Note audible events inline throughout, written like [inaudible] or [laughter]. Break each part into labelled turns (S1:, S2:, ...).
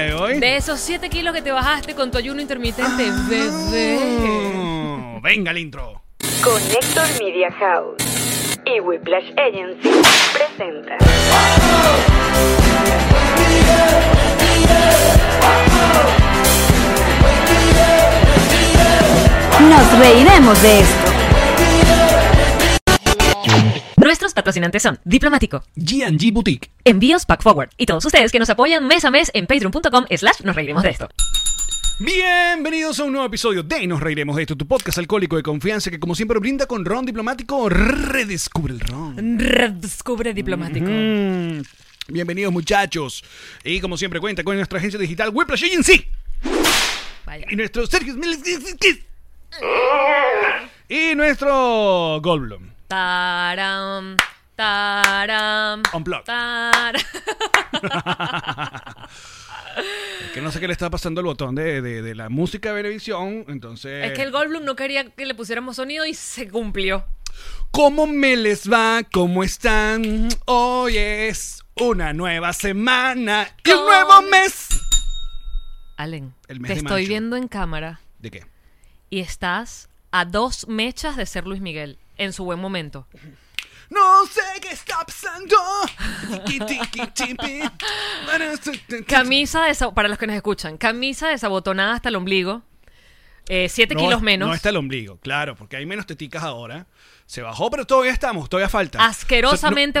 S1: de hoy?
S2: Eh, De esos 7 kilos que te bajaste con tu ayuno intermitente, bebé.
S1: Oh, venga el intro.
S3: Connector Media House y Whiplash Agency presenta Nos reiremos de esto.
S2: Nuestros patrocinantes son Diplomático,
S1: G&G Boutique.
S2: Envíos Pack Forward y todos ustedes que nos apoyan mes a mes en patreon.com slash nos reiremos de esto.
S1: Bienvenidos a un nuevo episodio de Nos Reiremos de esto, tu podcast alcohólico de confianza que como siempre brinda con ron diplomático, redescubre el ron.
S2: Redescubre Diplomático.
S1: Mm. Bienvenidos muchachos. Y como siempre cuenta con nuestra agencia digital Whiplash Agency
S2: Vaya.
S1: y nuestro Sergio Smiles- y nuestro Goldblum.
S2: Taram, taram,
S1: Unplugged.
S2: Ah. taram.
S1: Que no sé qué le está pasando al botón de, de- de la música de televisión, entonces...
S2: Es que el Goldblum no quería que le pusiéramos sonido y se cumplió.
S1: ¿Cómo me les va? ¿Cómo están? Hoy es una nueva semana y un
S2: Con-
S1: nuevo mes.
S2: Allen,
S1: El mes
S2: te
S1: de
S2: estoy
S1: mayo.
S2: viendo en cámara
S1: ¿De qué?
S2: y estás a dos mechas de ser Luis Miguel en su buen momento.
S1: No sé qué está pasando. Tiki, tiki, tipi.
S2: Camisa desa- para los que nos escuchan, camisa desabotonada hasta el ombligo, 7
S1: No,
S2: kilos menos.
S1: No está el ombligo, claro, porque hay menos teticas ahora. Se bajó, pero todavía estamos, todavía falta.
S2: Asquerosamente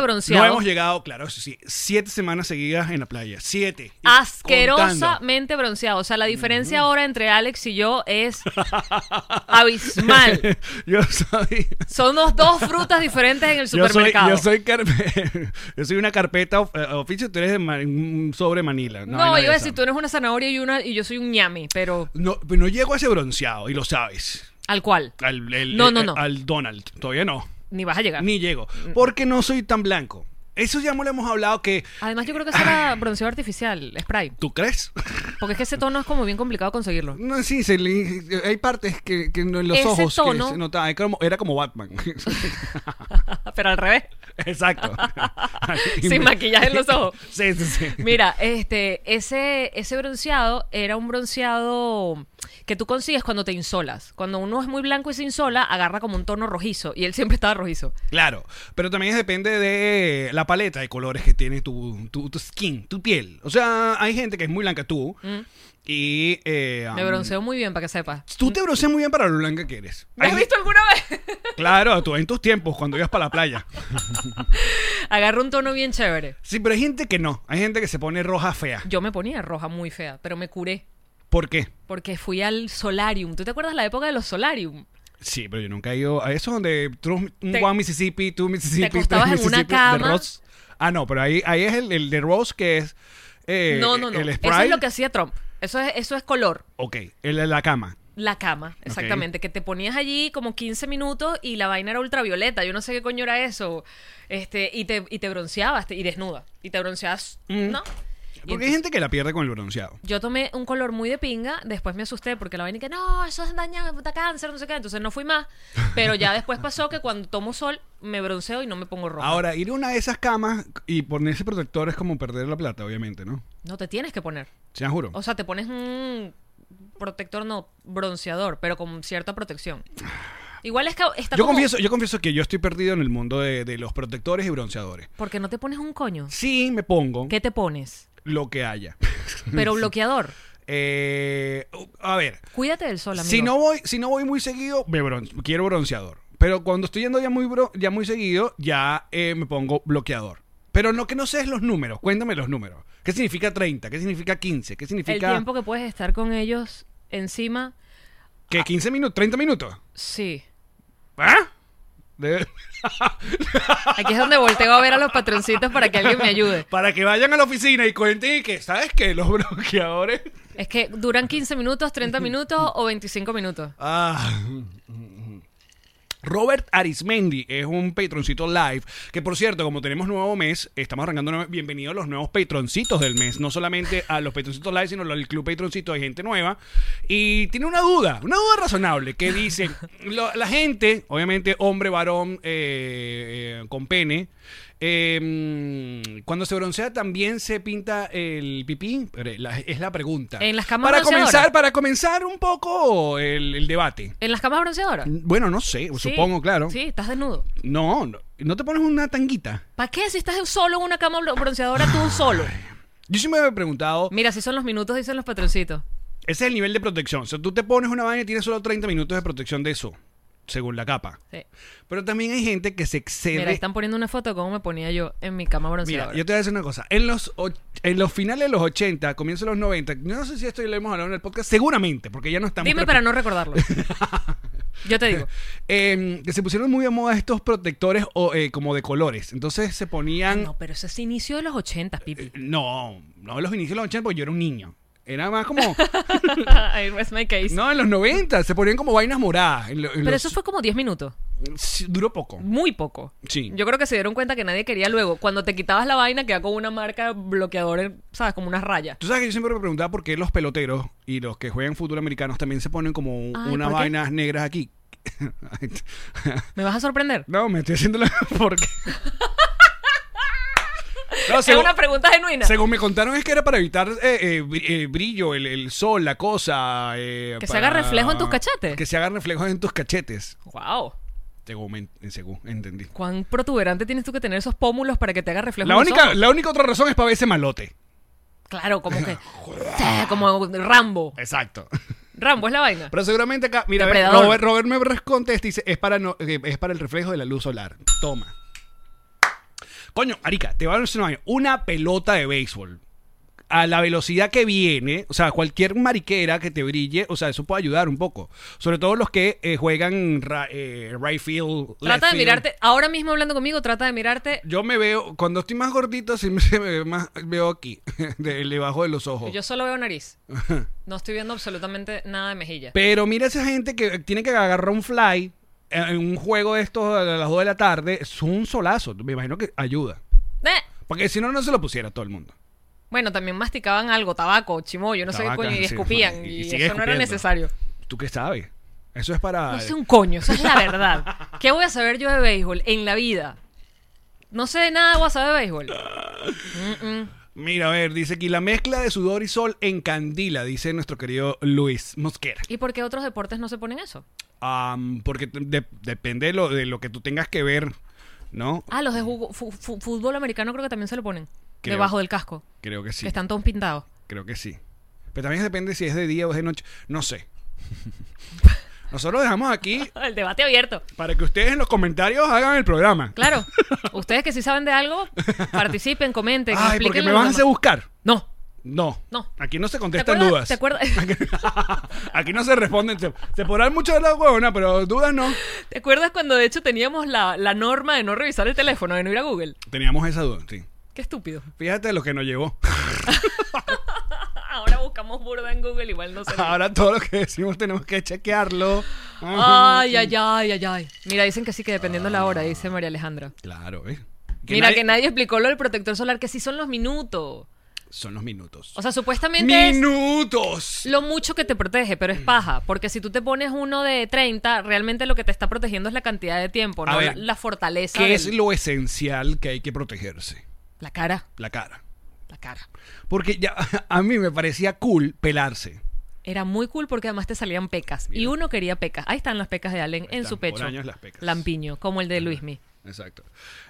S1: O sea, no-
S2: bronceado.
S1: No hemos llegado, claro, eso sí, siete semanas seguidas en la playa. Siete. Y contando.
S2: Asquerosamente bronceado. O sea, la diferencia ahora entre Alex y yo es
S1: [laughs]
S2: abismal.
S1: Yo soy.
S2: Son dos, dos frutas diferentes en el
S1: Yo soy,
S2: supermercado.
S1: yo soy carpe- [laughs] yo soy una carpeta of- eh, oficio, tú eres de ma- un sobre Manila.
S2: no,
S1: vaina de
S2: iba a
S1: esa.
S2: decir, tú eres una zanahoria y, una, y yo soy un ñami, pero
S1: No, pero no llego a ese bronceado, y lo sabes.
S2: al cual
S1: Al, el-
S2: No,
S1: el-
S2: no, Mm. no.
S1: al Donald, todavía no.
S2: ni vas a llegar.
S1: Ni llego. Porque no soy tan blanco. Eso ya lo hemos hablado que...
S2: Además, yo creo que eso era bronceado artificial, spray.
S1: ¿Tú crees? [laughs]
S2: Porque es que ese tono es como bien complicado conseguirlo.
S1: No, sí, se le- hay partes que, que en los
S2: Ese
S1: ojos que
S2: tono-
S1: se notaba, era como- era como Batman.
S2: [laughs]
S1: [laughs]
S2: pero al revés.
S1: Exacto.
S2: [laughs] Sin maquillaje en los ojos.
S1: Sí, sí, sí.
S2: Mira, este, ese, ese bronceado era un bronceado que tú consigues cuando te insolas. Cuando uno es muy blanco y se insola, agarra como un tono rojizo. Y él siempre estaba rojizo.
S1: Claro, pero también depende de la paleta de colores que tiene tu, tu, tu skin, tu piel. O sea, hay gente que es muy blanca tú
S2: Mm.
S1: y... eh,
S2: Me
S1: um,
S2: bronceo muy bien, para que sepas.
S1: Tú te bronceas muy bien para lo blanca que eres.
S2: ¿Me has
S1: Hay-
S2: visto [laughs] alguna vez?
S1: Claro, tú en tus tiempos, cuando ibas para la playa.
S2: Agarra un tono bien chévere.
S1: Sí, pero hay gente que no. Hay gente que se pone roja fea.
S2: Yo me ponía roja muy fea, pero me curé.
S1: ¿Por qué?
S2: Porque fui al solarium. ¿Tú te acuerdas la época de los solarium?
S1: Sí, pero yo nunca he ido a eso donde tú, un
S2: Te-
S1: One Mississippi, tú Mississippi, tres
S2: acostabas en
S1: [laughs]
S2: una
S1: Mississippi, de
S2: cama.
S1: Ross. Ah, no, pero ahí, ahí es el, el de Ross que es eh,
S2: no, no, no.
S1: el
S2: Eso
S1: Sprite.
S2: es lo que hacía Trump. Eso es, eso es color.
S1: Ok, el de la cama.
S2: La cama, exactamente. Que te ponías allí como 15 minutos y la vaina era ultravioleta. Yo no sé qué coño era eso. Este, y te, y te bronceabas te- y desnuda. Y te bronceabas, ¿no? Y
S1: Mm. Porque hay
S2: entonces-
S1: gente que la pierde con el bronceado.
S2: yo tomé un color muy de pinga, después me asusté porque la vaina que no, eso es daña, da cáncer, no sé qué, entonces no fui más. Pero ya después pasó que cuando tomo sol me bronceo y no me pongo rojo.
S1: Ahora, ir a una de esas camas y ponerse protector es como perder la plata, obviamente, ¿no?
S2: No te tienes que poner.
S1: Se lo juro.
S2: O sea, te pones un protector, no, bronceador, pero con cierta protección. Igual es que está
S1: yo,
S2: como-
S1: confieso, yo confieso que yo estoy perdido en el mundo de, de los protectores y bronceadores.
S2: ¿Por qué no te pones un coño?
S1: Sí, me pongo
S2: ¿Qué
S1: [laughs]
S2: te pones?
S1: lo que haya.
S2: Pero bloqueador.
S1: Eh, a ver,
S2: Cuídate del sol, amigo.
S1: si no, voy, si no voy muy seguido, me bron- quiero bronceador. Pero cuando estoy yendo ya muy, bro- ya muy seguido, ya eh, me pongo bloqueador. Pero no que no sé es los números. Cuéntame los números. ¿Qué significa 30? ¿Qué significa 15? ¿Qué
S2: El
S1: significa...?
S2: tiempo que puedes estar con ellos encima,
S1: ¿Qué? ¿15 minutos? ¿30 minutos?
S2: sí.
S1: ¿Ah? Debe-
S2: Aquí es donde volteo a ver a los patroncitos para que alguien me ayude.
S1: [laughs] Para que vayan a la oficina y cuenten y que, ¿sabes qué? Los [laughs] bloqueadores.
S2: Es que duran 15 minutos, 30 minutos o 25 minutos.
S1: Ah. Robert Arismendi es un patroncito live. Que por cierto, como tenemos nuevo mes, estamos arrancando. nuevo- Bienvenidos a los nuevos patroncitos del mes. No solamente a los patroncitos live, sino al club patroncito. Hay gente nueva. Y tiene una duda, una duda razonable. Que dice: [laughs] lo- La gente, obviamente, hombre, varón, eh, eh, con pene. eh, cuando se broncea también se pinta el pipí. Pero la- es la pregunta.
S2: En las camas
S1: Para
S2: bronceadoras.
S1: comenzar, para comenzar un poco el, el debate.
S2: ¿En las camas bronceadoras?
S1: Bueno, no sé,
S2: Sí.
S1: supongo, claro.
S2: Sí, estás desnudo.
S1: No, no, no te pones una tanguita.
S2: ¿Para qué si estás solo en una cama bro- bronceadora tú solo?
S1: Yo siempre me he preguntado,
S2: Mira, si son los minutos, dicen los patroncitos.
S1: ese es el nivel de protección. O sea, tú te pones una vaina y tienes solo 30 minutos de protección de eso, según la capa.
S2: Sí.
S1: Pero también hay gente que se excede.
S2: Mira, están poniendo una foto de cómo me ponía yo en mi cama
S1: Mira,
S2: bronceadora.
S1: yo te voy a decir una cosa. En los, och- en los finales de los 80, comienzos de los 90, no sé si esto ya lo hemos hablado en el podcast, seguramente, porque ya no estamos.
S2: Dime para
S1: [laughs]
S2: no recordarlo. Yo te digo.
S1: Eh, que se pusieron muy de moda estos protectores o, eh, como de colores. Entonces se
S2: Ah,
S1: ponían.
S2: no, pero eso es inicio de los 80, Pipi.
S1: No, no en los inicios de los 80 porque yo era un niño. Era más
S2: [laughs]
S1: como.
S2: I rest my case.
S1: Eh, no, en los 90 se ponían como vainas moradas. en lo- en
S2: pero
S1: los-
S2: eso fue como 10 minutos.
S1: Sí, Duró poco.
S2: Muy poco.
S1: Sí.
S2: Yo creo que se dieron cuenta que nadie quería luego. Cuando te quitabas la vaina, quedaba con una marca bloqueadora, en- ¿sabes? Como una raya.
S1: Tú sabes que yo siempre me preguntaba por qué los peloteros y los que juegan fútbol americanos también se ponen como un-
S2: Ay,
S1: unas
S2: ¿por qué?
S1: vainas negras aquí. [laughs]
S2: ¿Me vas a sorprender?
S1: no, me estoy haciendo la. [laughs] ¿Por qué? No,
S2: es
S1: según-
S2: una pregunta genuina.
S1: Según me contaron es que era para evitar eh, eh, bri- eh, brillo, el, el sol, la cosa. eh,
S2: Que se
S1: para-
S2: haga reflejo en tus cachetes.
S1: Que se haga reflejo en tus cachetes.
S2: Wow.
S1: Según, me- según entendí.
S2: ¿Cuán protuberante tienes tú que tener esos pómulos para que te haga reflejo
S1: La
S2: en los
S1: única,
S2: ojos?
S1: la única otra razón es para ver ese malote.
S2: Claro, como
S1: [laughs]
S2: que... Sí, como Rambo.
S1: Exacto.
S2: Rambo es la vaina.
S1: [laughs] Pero seguramente acá, mira, ve,
S2: Depredador.
S1: Robert, Robert me contesta y dice, es para, no- eh, es para el reflejo de la luz solar. Toma. Coño, Arica, te va a decir una vaina. Una pelota de béisbol. A la velocidad que viene, o sea, cualquier mariquera que te brille, o sea, eso puede ayudar un poco. Sobre todo los que eh, juegan ra- eh, right field. left
S2: Trata de
S1: field.
S2: mirarte... Ahora mismo hablando conmigo, trata de mirarte...
S1: Yo me veo, cuando estoy más gordito, sí me- [laughs] se me ve más, veo aquí, [laughs] de- debajo de los ojos.
S2: Yo solo veo nariz.
S1: [laughs]
S2: No estoy viendo absolutamente nada de mejilla.
S1: Pero mira esa gente que tiene que agarrar un fly en un juego de estos a las 2 de la tarde. Es un solazo. Me imagino que ayuda.
S2: Eh.
S1: Porque si no, no se lo pusiera todo el mundo.
S2: Bueno, también masticaban algo, tabaco, chimoyo, no sé
S1: Tabaca,
S2: qué coño, y
S1: sí,
S2: escupían.
S1: y-
S2: Y,
S1: y
S2: eso
S1: sigue
S2: no era
S1: escupiendo.
S2: necesario.
S1: ¿Tú qué sabes? Eso es para...
S2: No sé un coño, eso es la verdad. ¿Qué voy a saber yo de béisbol en la vida? No sé de nada, voy a saber de béisbol.
S1: Mira, a ver, dice aquí, la mezcla de sudor y sol en candila, dice nuestro querido Luis Mosquera.
S2: ¿Y por qué otros deportes no se ponen eso?
S1: Am, porque de- depende de lo, de lo que tú tengas que ver, ¿no?
S2: Ah, los de jugo- fu- fu- fútbol americano creo que también se lo ponen.
S1: Creo.
S2: Debajo del casco.
S1: Creo que sí.
S2: Que están todos pintados.
S1: Creo que sí. Pero también depende si es de día o es de noche. No
S2: [laughs]
S1: sé. Nosotros dejamos aquí
S2: [laughs] El debate abierto.
S1: Para que ustedes en los comentarios hagan el programa.
S2: Claro. Ustedes que sí saben de algo, participen, comenten,
S1: Ay, porque
S2: expliquen.
S1: me van a hacer buscar.
S2: No.
S1: No.
S2: No.
S1: Aquí no se
S2: ¿Te
S1: contestan
S2: acuerdas?
S1: dudas.
S2: ¿Te acuerdas?
S1: [laughs] Aquí no se responden. Se, se podrán mucho de la huevona, pero dudas no.
S2: ¿Te acuerdas cuando de hecho teníamos la, la norma de no revisar el teléfono, de no ir a Google?
S1: Teníamos esa duda, sí.
S2: Qué estúpido.
S1: Fíjate lo que nos llevó. [laughs]
S2: Ahora buscamos burda en Google, igual no sé.
S1: [laughs] Ahora todo lo que decimos tenemos que chequearlo. Ajá.
S2: Ay, ay, ay, ay, ay. Mira, dicen que sí, que dependiendo la hora, dice María Alejandra.
S1: Claro, ¿eh?
S2: Mira, que nadie explicó lo del protector solar, que sí son los minutos.
S1: Son los minutos.
S2: O sea, supuestamente es
S1: ¡Minutos!
S2: lo mucho que te protege, pero
S1: Mm.
S2: es paja. Porque si tú te pones uno de 30, realmente lo que te está protegiendo es la cantidad de tiempo,
S1: A
S2: no
S1: ver,
S2: la, la fortaleza.
S1: ¿Qué
S2: del-
S1: es lo esencial que hay que protegerse?
S2: La cara,
S1: La cara.
S2: la cara.
S1: Porque ya [laughs] a mí me parecía cool pelarse.
S2: Era muy cool porque además te salían pecas. Y uno quería pecas. Ahí están las pecas de Allen
S1: Ahí
S2: en
S1: están,
S2: su
S1: por
S2: pecho.
S1: años las pecas.
S2: Lampiño, como el de Luismi.
S1: Exacto.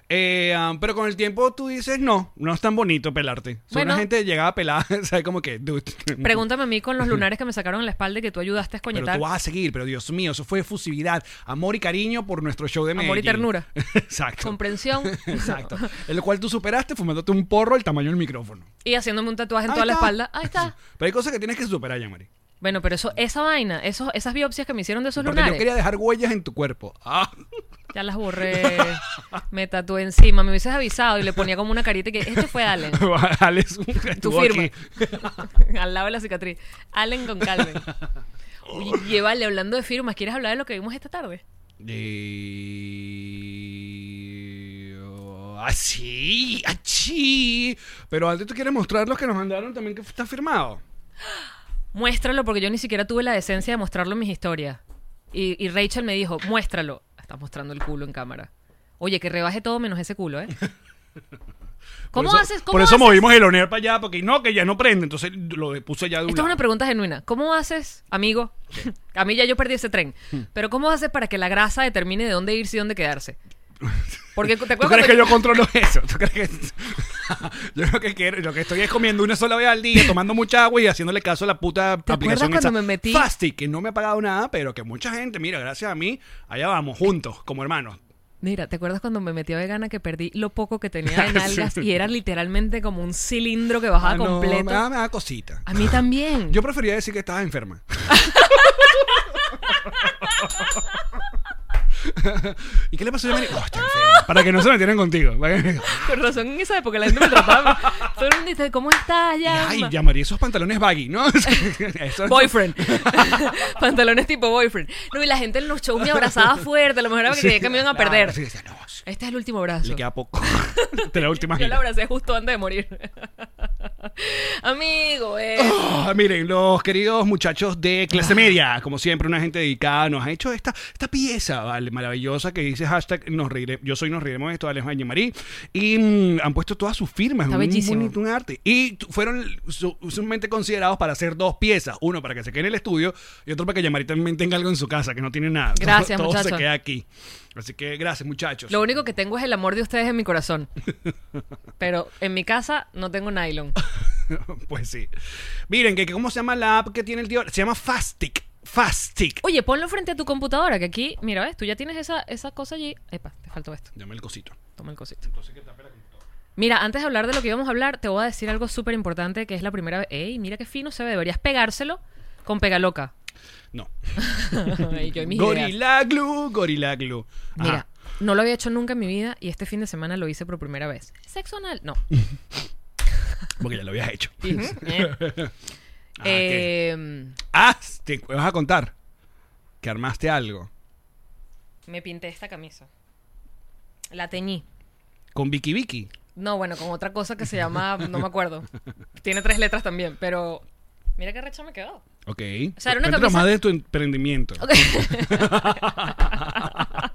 S1: Eh, um, pero con el tiempo tú dices, no, no es tan bonito pelarte. O sea,
S2: Bueno.
S1: una gente llegaba pelada, [laughs] ¿sabes? Como que, dude.
S2: Pregúntame a mí con los lunares que me sacaron en la espalda y que tú ayudaste a
S1: Pero
S2: escoñetar.
S1: tú vas a seguir, pero Dios mío, eso fue efusividad, amor y cariño por nuestro show de
S2: Amor y
S1: Medellín.
S2: ternura.
S1: [laughs] Exacto.
S2: Comprensión.
S1: [laughs] Exacto. El cual tú superaste fumándote un porro el tamaño del micrófono.
S2: Y haciéndome un tatuaje en
S1: Ahí
S2: toda la
S1: está.
S2: espalda. Ahí está.
S1: Pero hay cosas que tienes que superar, Yamari.
S2: Bueno, pero eso, esa vaina, esos, esas biopsias que me hicieron de esos
S1: Porque yo
S2: lunares.
S1: quería dejar huellas en tu cuerpo. Ah.
S2: Ya las borré. Me tatué encima. Me hubieses avisado y le ponía como una carita que este fue Allen. [laughs]
S1: [laughs] Alex,
S2: Tu
S1: estuvo
S2: firma.
S1: aquí.
S2: Al lado de la cicatriz. Allen con Calvin. Oye, vale, hablando de firmas, ¿quieres hablar de lo que vimos esta tarde?
S1: Y... Ah, Así, así. ah, Pero antes tú quieres mostrar los que nos mandaron también que está firmado.
S2: Muéstralo porque yo ni siquiera tuve la decencia de mostrarlo en mis historias. Y, y Rachel me dijo, muéstralo. Estás mostrando el culo en cámara. Oye, que rebaje todo menos
S1: [laughs]
S2: ese culo, ¿eh? ¿Cómo
S1: por eso,
S2: haces? ¿Cómo
S1: Por eso
S2: haces?
S1: movimos el oner para allá, porque no, que ya no prende. Entonces lo puse allá de un
S2: Esto es
S1: lado.
S2: una pregunta genuina. ¿Cómo haces, amigo? [laughs] A mí ya yo perdí ese tren.
S1: Hmm.
S2: Pero ¿cómo haces para que la grasa determine de dónde irse y
S1: [laughs]
S2: dónde quedarse? Porque te
S1: ¿Tú
S2: acuerdas
S1: crees
S2: cuando
S1: que yo controlo [laughs] eso? ¿Tú crees que.? yo lo que, quiero, lo que estoy es comiendo una sola vez al día, tomando mucha agua y haciéndole caso a la puta
S2: ¿Te acuerdas
S1: aplicación
S2: cuando
S1: esa
S2: me metí?
S1: Fasti, que no me ha pagado nada, pero que mucha gente, mira, gracias a mí, allá vamos, juntos, como hermanos.
S2: Mira, ¿te acuerdas cuando me metí a vegana que perdí lo poco que tenía de
S1: [laughs] Sí.
S2: nalgas y era literalmente como un cilindro que bajaba
S1: Ah, no,
S2: completo?
S1: me da- me da cosita.
S2: A mí también.
S1: Yo prefería decir que estabas enferma. [laughs] ¿Y qué le pasó a Yamari? Oh, está enferma. Para que no se metieran contigo. Para que-
S2: Con razón en esa época la gente me trataba.
S1: [laughs]
S2: Todo el mundo dice, ¿cómo estás, ya?
S1: Ay, Yamari, esos pantalones baggy, ¿no? [laughs] Eso- [laughs]
S2: Boyfriend. [laughs] Pantalones tipo boyfriend. No, y la gente en los shows me
S1: [laughs]
S2: abrazaba fuerte. A lo mejor era porque
S1: Sí,
S2: creía que me iban a
S1: claro,
S2: perder.
S1: sí, decía, no, sí,
S2: Este es el último abrazo.
S1: le queda poco. [laughs] De la última
S2: Yo la
S1: gira.
S2: abracé justo antes de morir. [laughs] Amigo,
S1: [laughs]
S2: eh.
S1: Ah, miren, los queridos muchachos de
S2: Ah.
S1: clase media, como siempre, una gente dedicada, nos ha hecho esta, esta pieza vale, maravillosa que dice hashtag nos reire- yo soy nos reiremos de esto, Alex Valle Marí. Y mm, han puesto todas sus firmas,
S2: Está
S1: un
S2: bellísimo.
S1: bonito un arte. Y tu- fueron su- sumamente considerados para hacer dos piezas, uno para que se quede en el estudio y otro para que Yamari también tenga algo en su casa, que no tiene nada. [laughs]
S2: Gracias,
S1: Todo, todo se
S2: muchacho.
S1: queda aquí. Así que gracias, muchachos.
S2: Lo único que tengo es el amor de ustedes en mi corazón. Pero en mi casa no tengo nylon.
S1: [laughs] pues sí. Miren, que, que ¿cómo se llama la app que tiene el tío? Se llama Fastic. Fastic.
S2: Oye, ponlo frente a tu computadora, que aquí, mira, ves, tú ya tienes esa, esa cosa allí. Epa, te faltó esto.
S1: Llama el cosito.
S2: Toma el cosito. Mira, antes de hablar de lo que íbamos a hablar, te voy a decir algo súper importante que es la primera vez. ¡Ey, mira qué fino se ve! Deberías pegárselo
S1: [laughs]
S2: con Pegaloca. [laughs]
S1: No.
S2: Ay, yo y mis ideas.
S1: Gorila Glue, Gorila Glue. Ah, Ajá.
S2: Mira, no lo había hecho nunca en mi vida y este fin de semana lo hice por primera vez. Sexo anal,
S1: [laughs]
S2: no.
S1: Porque ya lo habías hecho. Ah, ¿qué?
S2: Eh,
S1: Ah, te me vas a contar que armaste algo
S2: me pinté esta camisa. La teñí.
S1: con Vicky Vicky.
S2: No, bueno, con otra cosa que se llama, no me
S1: [laughs]
S2: acuerdo. Tiene tres letras también, pero mira qué recha me quedó.
S1: Ok.
S2: O sea, era una
S1: Cuéntanos
S2: camisa-
S1: más de tu emprendimiento. [laughs]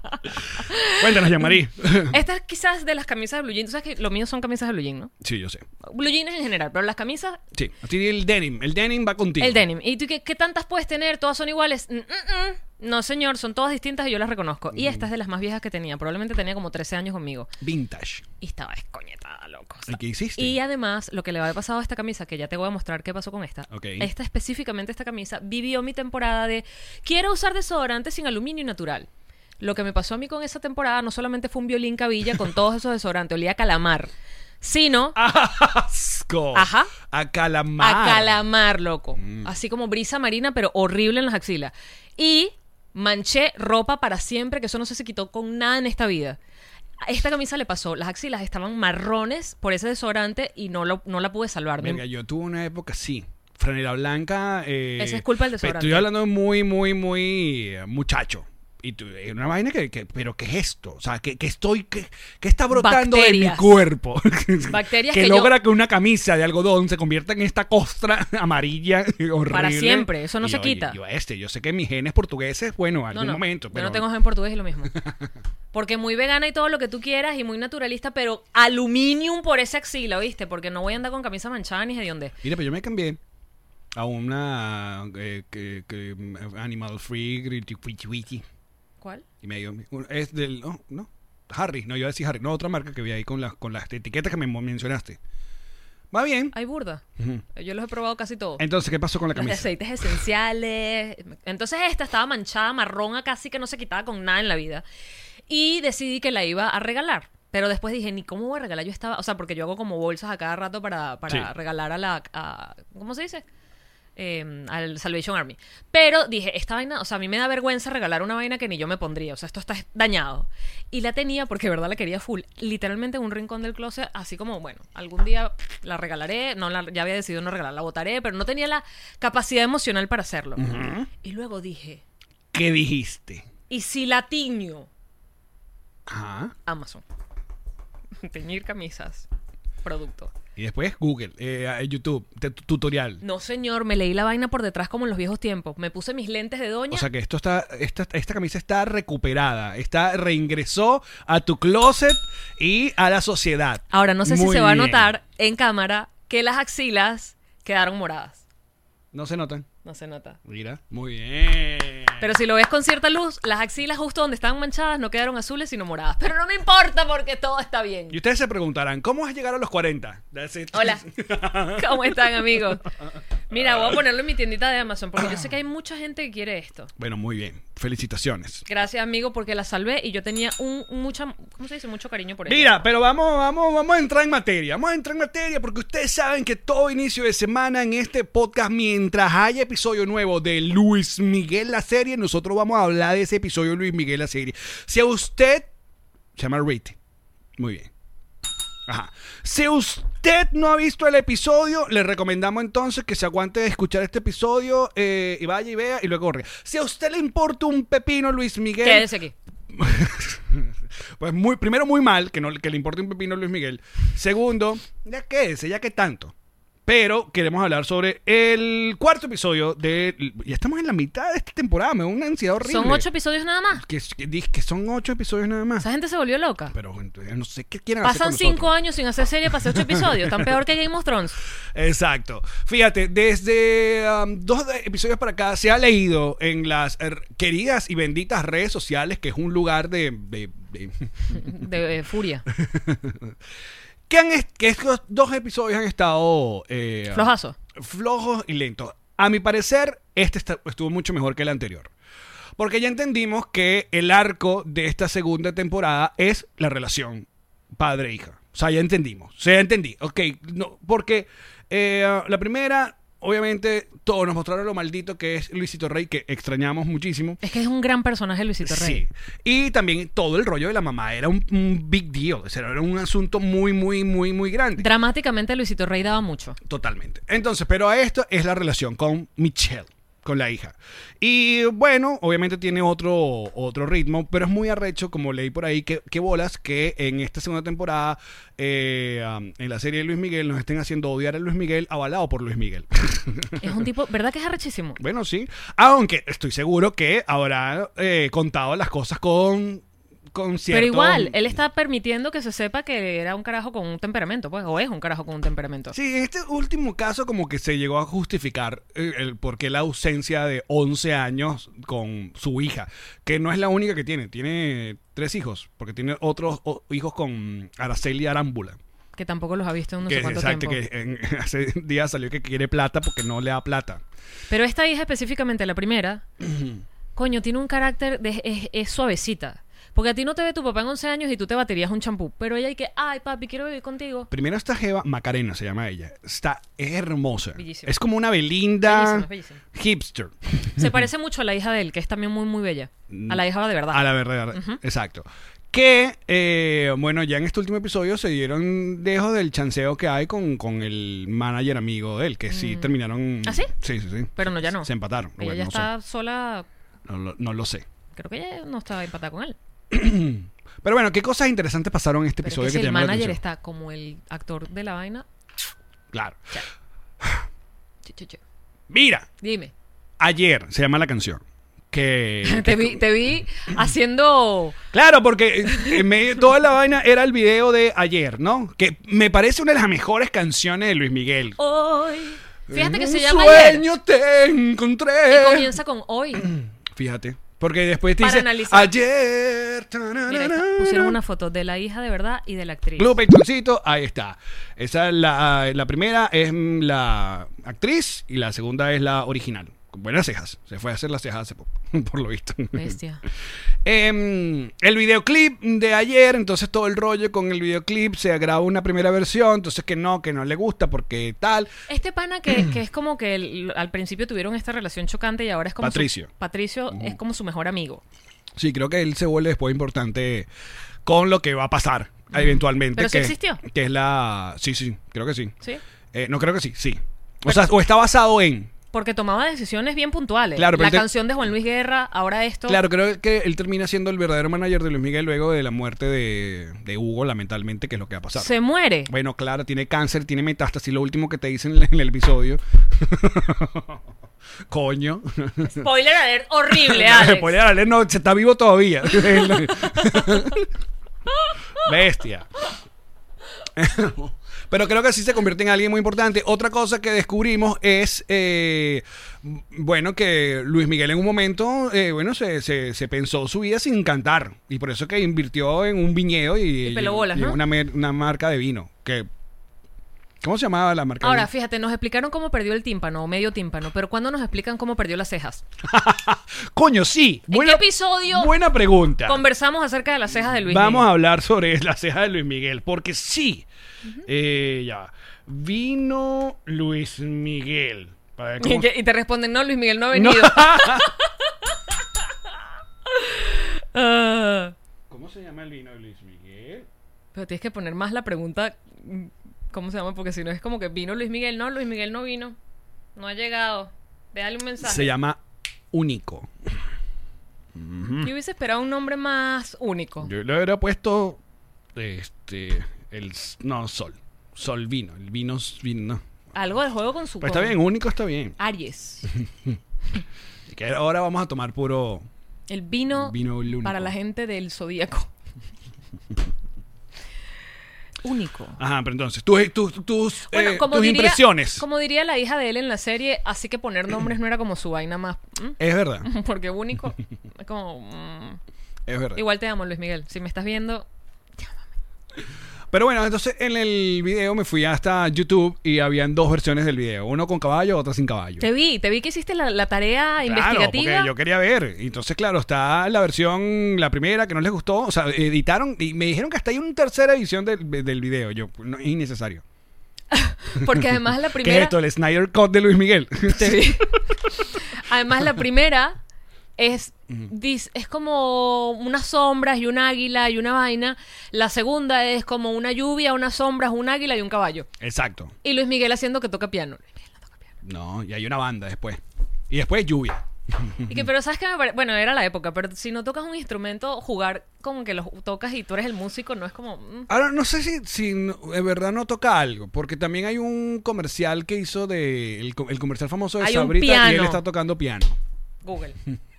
S1: Cuéntanos, Yamari.
S2: Esta es quizás de las camisas de blue jean. Tú sabes que lo mío son camisas de blue jean, ¿no?
S1: [laughs] sí, yo sé.
S2: Blue jeans en general, pero las camisas,
S1: Sí. A ti el denim. El denim va contigo.
S2: el denim. ¿Y tú qué, qué tantas puedes tener? ¿Todas son iguales? Mm, mm, mm. No, señor, son todas distintas y yo las reconozco. Y esta es de las más viejas que tenía. Probablemente tenía como 13 años conmigo.
S1: Vintage.
S2: Y estaba descoñetada, loco. O sea,
S1: ¿Y qué hiciste?
S2: Y además, lo que le había pasado a esta camisa, que ya te voy a mostrar qué pasó con esta.
S1: Ok.
S2: Esta específicamente, esta camisa, vivió mi temporada de quiero usar desodorante sin aluminio natural. Lo que me pasó a mí con esa temporada no solamente fue un violín cabilla con todos esos desodorantes, olía a calamar, sino
S1: ¡Asco!
S2: Ajá.
S1: A calamar.
S2: a calamar, loco.
S1: Mm.
S2: Así como brisa marina, pero horrible en las axilas. Y manché ropa para siempre, que eso no se se quitó con nada en esta vida. A esta camisa le pasó, las axilas estaban marrones por ese desodorante y no, lo, no la pude salvar. Me-
S1: Venga, yo tuve una época así. Franela blanca. eh,
S2: Esa es culpa del
S1: pe-
S2: desodorante.
S1: Estoy hablando muy, muy, muy eh, muchacho. Y tu- eh, una vaina que, que- ¿Pero qué es esto? O sea, que, que estoy... Que, que está brotando de mi
S2: Bacterias.
S1: cuerpo? [laughs]
S2: Bacterias
S1: que,
S2: que
S1: logra
S2: yo-
S1: que una camisa de algodón se convierta en esta costra [laughs] amarilla horrible.
S2: siempre, eso no
S1: Y
S2: se
S1: yo,
S2: quita.
S1: Yo, este, yo sé que mis genes portugueses, bueno, algún momento,
S2: yo
S1: pero...
S2: no tengo en portugués y
S1: [laughs]
S2: lo mismo. Porque muy vegana y todo lo que tú quieras y muy naturalista, pero aluminium por esa axila, ¿viste? Porque no voy a andar con camisa manchada ni de dónde.
S1: Mira, pero yo me cambié a una eh, que- que, mm, Animal Free, Gritty Witty Witty.
S2: ¿Cuál?
S1: Y me dio. un- Es del. No, no. Harry. No, yo iba a decir Harry. No, otra marca que vi ahí con las, con las etiquetas que me mo- mencionaste. Va bien.
S2: Hay burda.
S1: Ujú.
S2: Yo los he probado casi todos.
S1: Entonces, ¿qué pasó con la
S2: [laughs] Los de
S1: camisa?
S2: aceites esenciales. Entonces esta estaba manchada, marrón, acá casi que no se quitaba con nada en la vida. Y decidí que la iba a regalar. Pero después dije, ni cómo voy a regalar. Yo estaba, o sea, porque yo hago como bolsas a cada rato para, para
S1: Sí.
S2: regalar a la. a- ¿Cómo se dice? eh, al Salvation Army. Pero dije, esta vaina, o sea, a mí me da vergüenza regalar una vaina que ni yo me pondría. O sea, esto está dañado. Y la tenía porque de verdad la quería full. Literalmente en un rincón del closet, así como, bueno, algún día la regalaré. No, la- ya había decidido no regalarla, la botaré, pero no tenía la capacidad emocional para hacerlo. Y luego dije,
S1: ¿Qué dijiste?
S2: ¿y si la tiño?
S1: Ajá.
S2: Amazon. [laughs] Teñir camisas. Producto.
S1: Y después Google, eh, YouTube, te- tutorial.
S2: No, señor, me leí la vaina por detrás como en los viejos tiempos. Me puse mis lentes de doña.
S1: O sea que esto está, esta, esta camisa está recuperada, está reingresó a tu closet y a la sociedad.
S2: Ahora, no sé si
S1: Muy
S2: se va a
S1: bien.
S2: notar en cámara que las axilas quedaron moradas.
S1: No se notan.
S2: No se nota.
S1: Mira, muy bien.
S2: Pero si lo ves con cierta luz, las axilas justo donde estaban manchadas no quedaron azules, sino moradas. Pero no me importa porque todo está bien.
S1: Y ustedes se preguntarán, ¿cómo vas a llegar a los 40? That's it. [laughs]
S2: Hola. ¿Cómo están, amigos? Mira, voy a ponerlo en mi tiendita de Amazon porque yo sé que hay mucha gente que quiere esto.
S1: Bueno, muy bien. Felicitaciones.
S2: Gracias, amigo, porque la salvé y yo tenía un mucha, ¿cómo se dice? Mucho cariño por ella.
S1: Mira, pero vamos, vamos, vamos a entrar en materia. Vamos a entrar en materia porque ustedes saben que todo inicio de semana en este podcast, mientras haya episodio nuevo de Luis Miguel la serie, nosotros vamos a hablar de ese episodio de Luis Miguel la serie. Si a usted se llama Rate, muy bien. Ajá. Si usted no ha visto el episodio, le recomendamos entonces que se aguante de escuchar este episodio eh, y vaya y vea y luego corre. Si a usted le importa un pepino, Luis Miguel,
S2: Quédese aquí.
S1: pues muy, primero, muy mal, que, no, que le importe un pepino a Luis Miguel. Segundo, ya quédese, ya que tanto. Pero queremos hablar sobre el cuarto episodio de... Ya estamos en la mitad de esta temporada, me da una ansiedad horrible.
S2: Son ocho episodios nada más.
S1: Que, que, dis- que son ocho episodios nada más.
S2: Esa gente se volvió loca.
S1: Pero entonces, no sé qué quieren hacer
S2: Pasan
S1: con
S2: cinco
S1: nosotros.
S2: años sin hacer serie, pasé ocho episodios. Tan peor que Game of Thrones.
S1: Exacto. Fíjate, desde am, dos de- episodios para acá se ha leído en las er, queridas y benditas redes sociales, que es un lugar de- de- de [laughs]
S2: De eh, furia.
S1: que, han est- que estos dos episodios han estado eh,
S2: Flojazo.
S1: flojos y lentos. A mi parecer, este está- estuvo mucho mejor que el anterior. Porque ya entendimos que el arco de esta segunda temporada es la relación padre-hija. O sea, ya entendimos. O sea, ya entendí. Ok, no, porque eh, la primera, obviamente, todos nos mostraron lo maldito que es Luisito Rey, que extrañamos muchísimo.
S2: Es que es un gran personaje Luisito Rey.
S1: Sí. Y también todo el rollo de la mamá era un, un big deal. O sea, era un asunto muy, muy, muy, muy grande.
S2: Dramáticamente Luisito Rey daba mucho.
S1: Totalmente. Entonces, pero a esto es la relación con Michelle, con la hija. Y bueno, obviamente tiene otro, otro ritmo, pero es muy arrecho, como leí por ahí, que, que bolas que en esta segunda temporada, eh, um, en la serie de Luis Miguel, nos estén haciendo odiar a Luis Miguel, avalado por Luis Miguel. [laughs]
S2: Es un tipo, ¿verdad que es arrechísimo?
S1: bueno, sí. Aunque estoy seguro que habrá eh, contado las cosas con, con cierto...
S2: Pero igual, él está permitiendo que se sepa que era un carajo con un temperamento, pues, o es un carajo con un temperamento.
S1: Sí, en este último caso como que se llegó a justificar eh, el por qué la ausencia de 11 años con su hija, que no es la única que tiene, tiene tres hijos, porque tiene otros o- hijos con Araceli Arámbula.
S2: Que tampoco los ha visto en no
S1: que
S2: sé cuánto
S1: exacto,
S2: tiempo.
S1: que en- [laughs] hace días salió que quiere plata porque no le da plata.
S2: Pero esta hija específicamente,
S1: [clears throat]
S2: la primera, coño, tiene un carácter, de, es, es suavecita. Porque a ti no te ve tu papá en 11 años y tú te baterías un champú. Pero ella hay que, ay, papi, quiero vivir contigo.
S1: Primero está Jeva Macarena, se llama ella. Está hermosa.
S2: Bellísima.
S1: Es como una Belinda
S2: Bellísima, bellísima.
S1: hipster.
S2: Se parece mucho a la hija de él, que es también muy, muy bella. A la hija de verdad.
S1: A la verdad, exacto. Que, eh, bueno, ya en este último episodio se dieron dejos del chanceo que hay con, con el manager amigo de él, que sí terminaron...
S2: ¿Ah, sí?
S1: Sí, sí, sí.
S2: Pero no, ya no.
S1: Se empataron.
S2: Ella
S1: Bueno,
S2: ya
S1: no, sé.
S2: está sola,
S1: No lo- no lo sé.
S2: creo que ella no estaba empatada con él.
S1: Pero bueno, ¿qué cosas interesantes pasaron en este
S2: Pero es
S1: episodio
S2: que
S1: que,
S2: si
S1: te
S2: el
S1: llamó la
S2: manager
S1: atención?
S2: está como el actor de la vaina,
S1: Claro.
S2: che, che, che.
S1: Mira,
S2: dime.
S1: ayer se llama la canción.
S2: [laughs]
S1: Que...
S2: Te vi, te vi haciendo.
S1: Claro, porque eh, me- toda la vaina era el video de ayer, ¿no? Que me parece una de las mejores canciones de Luis Miguel.
S2: Hoy. Fíjate
S1: En
S2: que
S1: un
S2: se llama ayer.
S1: sueño te encontré.
S2: Y comienza con hoy.
S1: Fíjate. Porque después te
S2: Para
S1: dice
S2: analizar.
S1: ayer.
S2: Mira, ahí
S1: tananana".
S2: está. pusieron una foto de la hija de verdad y de la actriz.
S1: Blue Peytoncito, ahí está. Esa es la, la primera es mm, la actriz y la segunda es la original. Buenas cejas. Se fue a hacer las cejas hace poco, [laughs] por lo visto.
S2: Bestia.
S1: Em, el videoclip de ayer, entonces todo el rollo con el videoclip, se grabó una primera versión, entonces que no, que no le gusta porque tal.
S2: Este pana que, que es como que el- al principio tuvieron esta relación chocante y ahora es como. su-
S1: Patricio.
S2: Patricio es como su mejor amigo.
S1: Sí, creo que él se vuelve después importante con lo que va a pasar eventualmente.
S2: Pero sí
S1: que,
S2: existió.
S1: Que es la... Sí, sí, creo que sí.
S2: ¿Sí?
S1: Eh, no creo que sí, sí. O sea, o está basado en...
S2: Porque tomaba decisiones bien puntuales.
S1: Claro, pero
S2: la
S1: te-
S2: canción de Juan Luis Guerra, ahora esto.
S1: Claro, creo que él termina siendo el verdadero manager de Luis Miguel luego de la muerte de, de Hugo, lamentablemente, que es lo que va a pasar.
S2: Se muere.
S1: Bueno, claro, tiene cáncer, tiene metástasis, lo último que te dicen en el episodio. [laughs] Coño.
S2: Spoiler alert
S1: [laughs]
S2: horrible, Alex.
S1: Spoiler alert, no, se está vivo
S2: [laughs]
S1: todavía. Bestia. Pero creo que sí se convierte en alguien muy importante. Otra cosa que descubrimos es, eh, bueno, que Luis Miguel en un momento, eh, bueno, se, se- se pensó su vida sin cantar. Y por eso que invirtió en un viñedo y,
S2: Y peló bolas,
S1: y en
S2: ¿no?
S1: una, mer- una marca de vino. Que, ¿Cómo se llamaba la marca? de
S2: Ahora,
S1: vino?
S2: fíjate, nos explicaron cómo perdió el tímpano, o medio tímpano, pero ¿cuándo nos explican cómo perdió las cejas?
S1: Coño, sí.
S2: ¿En qué episodio
S1: Buena pregunta.
S2: Conversamos acerca de las cejas de Luis.
S1: Vamos a
S2: Miguel.
S1: hablar sobre la ceja de Luis Miguel, porque sí. Eh, ya. va. Vino Luis Miguel. Para ver
S2: Y, [laughs]
S1: cómo-
S2: que- y te responden, no, Luis Miguel no ha
S1: No.
S2: venido. Ah,
S1: ¿Cómo se llama el vino de Luis Miguel?
S2: pero tienes que poner más la pregunta, mm, ¿cómo se llama? Porque si no es como que vino Luis Miguel, no, Luis Miguel no vino, no ha llegado. Déjale un mensaje.
S1: Se llama Único.
S2: Yo hubiese esperado un nombre más único.
S1: Yo le hubiera puesto. Este. El. s- No, Sol. Sol vino. El vino. s- vino no.
S2: Algo de juego con su.
S1: Pero Pues está
S2: con-
S1: bien, único está bien.
S2: Aries.
S1: Que ahora vamos a tomar puro.
S2: El
S1: [laughs]
S2: vino,
S1: Vino el único.
S2: para la gente del
S1: [laughs]
S2: zodíaco. único.
S1: Ajá, pero entonces, tus, tus, tus,
S2: Bueno,
S1: eh,
S2: como
S1: tus
S2: diría,
S1: impresiones.
S2: Como diría la hija de él en la serie, así que poner nombres no era como su vaina más. ¿Mm?
S1: Es verdad,
S2: [laughs]
S1: [laughs]
S2: Porque único. es como. mm.
S1: es verdad.
S2: Igual te amo, Luis Miguel. Si me estás viendo.
S1: Pero bueno, entonces en el video me fui hasta YouTube y habían dos versiones del video, uno con caballo, otro sin caballo.
S2: Te vi, te vi que hiciste la, la tarea
S1: Claro, porque
S2: investigativa.
S1: yo quería ver. Y Entonces, claro, está la versión, la primera, que no les gustó. O sea, editaron y me dijeron que hasta hay una tercera edición del, del video. Yo, no, es innecesario.
S2: [laughs] Porque además
S1: [laughs] ¿Qué
S2: la
S1: es
S2: primera. [laughs]
S1: esto? El Snyder Cut de Luis Miguel.
S2: Te vi. Además, la primera es, dis- es como unas sombras y un águila y una vaina. La segunda es como una lluvia, unas sombras, un águila y un caballo.
S1: [laughs] Exacto.
S2: Y Luis Miguel haciendo que toca piano. Luis Miguel no toca piano.
S1: No, y hay una banda después. Y después lluvia.
S2: Y que, pero sabes que me pare- Bueno, era la época, pero si no tocas un instrumento, jugar como que lo tocas y tú eres el músico no es como. mm.
S1: Ahora, no sé si, si no- de verdad no toca algo, porque también hay un comercial que hizo de. El, co- el comercial famoso de
S2: Hay un
S1: Sabrita y él
S2: piano.
S1: está tocando piano.
S2: Google.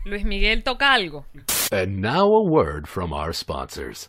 S2: Luis Miguel toca algo.
S4: And now a word from our sponsors.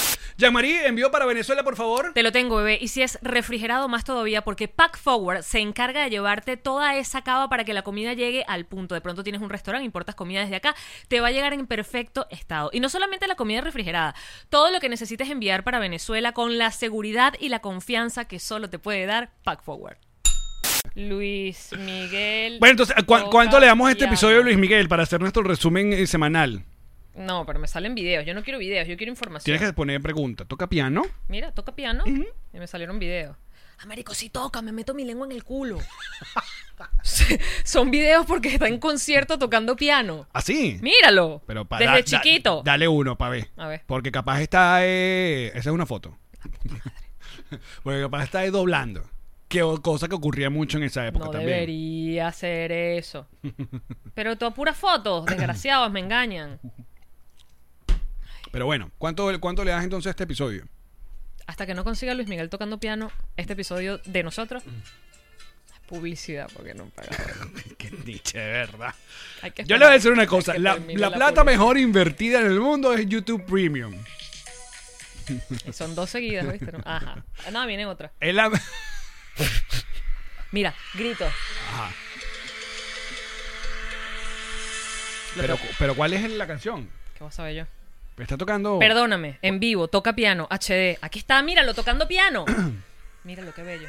S1: Yamari, envío para Venezuela, por favor.
S2: Te lo tengo, bebé. Y si es refrigerado, más todavía, porque Pack Forward se encarga de llevarte toda esa cava para que la comida llegue al punto. De pronto tienes un restaurante, importas comida desde acá, te va a llegar en perfecto estado. Y no solamente la comida refrigerada, todo lo que necesites enviar para Venezuela con la seguridad y la confianza que solo te puede dar Pack Forward. Luis Miguel.
S1: Bueno, entonces, ¿cu-
S2: Toca
S1: ¿cuánto le damos a este
S2: piano.
S1: episodio de Luis Miguel para hacer nuestro resumen eh, semanal?
S2: No, pero me salen videos. Yo no quiero videos, yo quiero información.
S1: Tienes que poner pregunta. ¿Toca piano?
S2: Mira, toca piano y me salieron videos. Ah, marico, sí toca, me meto mi lengua en el culo. Sí, Son videos porque está en concierto tocando piano.
S1: Así.
S2: Míralo.
S1: ¿Ah, Pero pa- da-
S2: desde
S1: da-
S2: chiquito.
S1: dale uno para ver.
S2: A ver.
S1: Porque capaz está. eh, esa es una foto. [laughs] Porque capaz está eh, doblando. Que o- cosa que ocurría mucho en esa época
S2: no
S1: también.
S2: debería
S1: [laughs]
S2: hacer eso. Pero tú puras fotos, desgraciados, me engañan.
S1: Pero bueno, ¿cuánto, ¿cuánto le das entonces a este [laughs] episodio?
S2: Hasta que no consiga Luis Miguel tocando piano, este episodio de nosotros. Publicidad, porque no pagamos.
S1: Qué niche, de verdad.
S2: Hay que
S1: Yo
S2: esperar
S1: le voy a decir una
S2: hasta
S1: cosa.
S2: que
S1: La,
S2: termine
S1: la
S2: la
S1: plata
S2: publicidad.
S1: mejor invertida en el mundo es YouTube Premium.
S2: Y Son dos seguidas, ¿viste? No, Ajá. No, viene otra.
S1: Es la-
S2: Mira, grito.
S1: [laughs] pero, pero ¿cuál es la canción?
S2: ¿Qué vas a ver yo?
S1: Está tocando.
S2: Perdóname, en vivo, toca piano, HD. Aquí está, míralo, tocando
S1: [clears throat]
S2: piano. míralo, qué bello.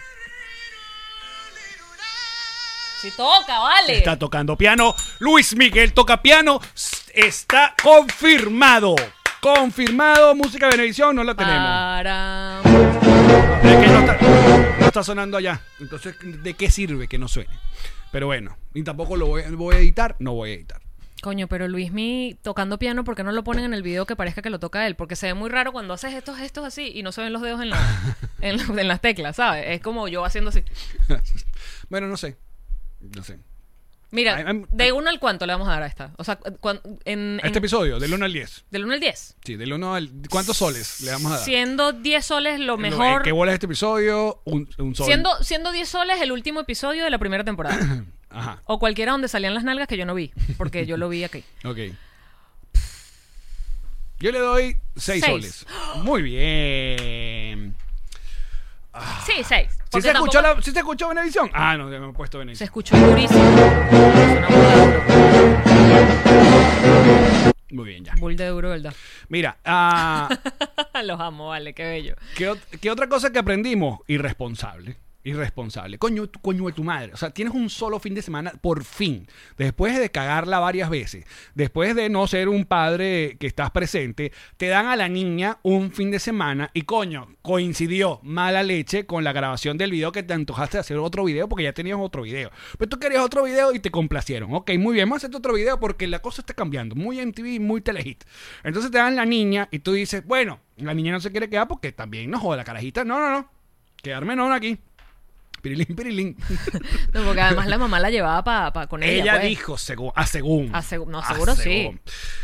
S2: Si toca, vale.
S1: Está tocando piano. Luis Miguel toca piano. S- Está confirmado. Confirmado. Música de Benevisión no la
S2: Ah.
S1: tenemos.
S2: Para...
S1: Es que no está, no está sonando allá. Entonces, ¿de qué sirve que no suene? Pero bueno, y tampoco lo voy, voy a editar. No voy a editar.
S2: Coño, pero Luismi tocando piano, ¿por qué no lo ponen en el video que parezca que lo toca él? Porque se ve muy raro cuando haces estos gestos así y no se ven los dedos
S1: [laughs]
S2: en, la- en, la- en las teclas, ¿sabes? Es como yo haciendo así.
S1: [laughs] Bueno, no sé. No sé.
S2: Mira,
S1: Ay, ay,
S2: de uno al cuánto le vamos a dar a esta. O sea, cuan- en,
S1: Este
S2: en-
S1: episodio, del 1 al 10.
S2: del 1 al 10.
S1: Sí, del 1 al. ¿Cuántos soles le vamos a dar?
S2: Siendo 10 soles lo
S1: Lo- eh,
S2: mejor.
S1: ¿Qué bola es este episodio? Un, un sol.
S2: Siendo, siendo 10 soles el último episodio de la primera
S1: [clears throat]
S2: temporada.
S1: Ajá.
S2: o cualquiera donde salían las nalgas que yo no vi, porque yo lo vi aquí.
S1: Ok. Yo le doy 6
S2: Seis.
S1: soles. Muy bien.
S2: Sí, 6.
S1: ¿Sí se, escuchó la, ¿Sí se escuchó Benevisión? Ah, no, ya me he puesto
S2: Se
S1: Benevisión.
S2: escuchó durísimo. Suena burda de duro.
S1: Muy bien, ya.
S2: Bull de duro, [laughs] ¿verdad?
S1: Mira,
S2: [laughs]
S1: ah,
S2: Los amo, vale, qué bello.
S1: ¿qué, ot- qué otra cosa que aprendimos? Irresponsable. Irresponsable. Coño, tu- coño de tu madre. O sea, tienes un solo fin de semana, por fin. Después de cagarla varias veces, después de no ser un padre que estás presente, te dan a la niña un fin de semana y coño, coincidió mala leche con la grabación del video que te antojaste de hacer otro video porque ya tenías otro video. Pero tú querías otro video y te complacieron. Ok, muy bien, vamos a hacerte otro video porque la cosa está cambiando. Muy MTV, muy telehit. Entonces te dan la niña y tú dices, bueno, la niña no se quiere quedar porque también no joda la carajita. No, no, no. Quedarme no aquí. Pirilín, pirilín.
S2: No, porque además la mamá la llevaba pa, pa- con ella.
S1: Ella
S2: pues.
S1: dijo, según, a según. Ah,
S2: A segu- no, seguro sí.
S1: según.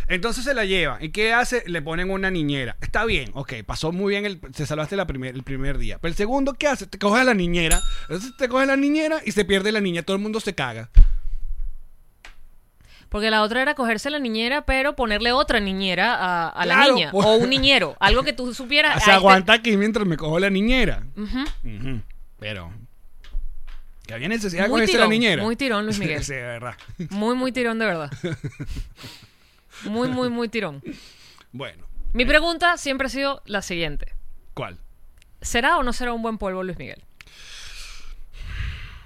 S1: Entonces se la lleva. ¿Y qué hace? Le ponen una niñera. Está bien, ok, pasó muy bien, el, se salvaste la primer, el primer día. Pero el segundo, ¿qué hace? Te coge a la niñera. Entonces te coge la niñera y se pierde la niña. Todo el mundo se caga.
S2: Porque la otra era cogerse la niñera, pero ponerle otra niñera a, a la
S1: Claro,
S2: niña.
S1: pues.
S2: O un niñero. Algo que tú supieras.
S1: [laughs] se
S2: ah, este-
S1: aguanta aquí mientras me cojo la niñera. Ujú. Pero... Que había necesidad de
S2: Muy
S1: cogerse la
S2: tirón,
S1: niñera.
S2: muy
S1: [laughs]
S2: tirón, Luis Miguel.
S1: sí, de verdad.
S2: Muy, muy tirón, de verdad. Muy, muy, muy tirón.
S1: Bueno,
S2: Mi pregunta siempre ha sido la siguiente.
S1: ¿cuál?
S2: ¿Será o no será un buen polvo Luis Miguel?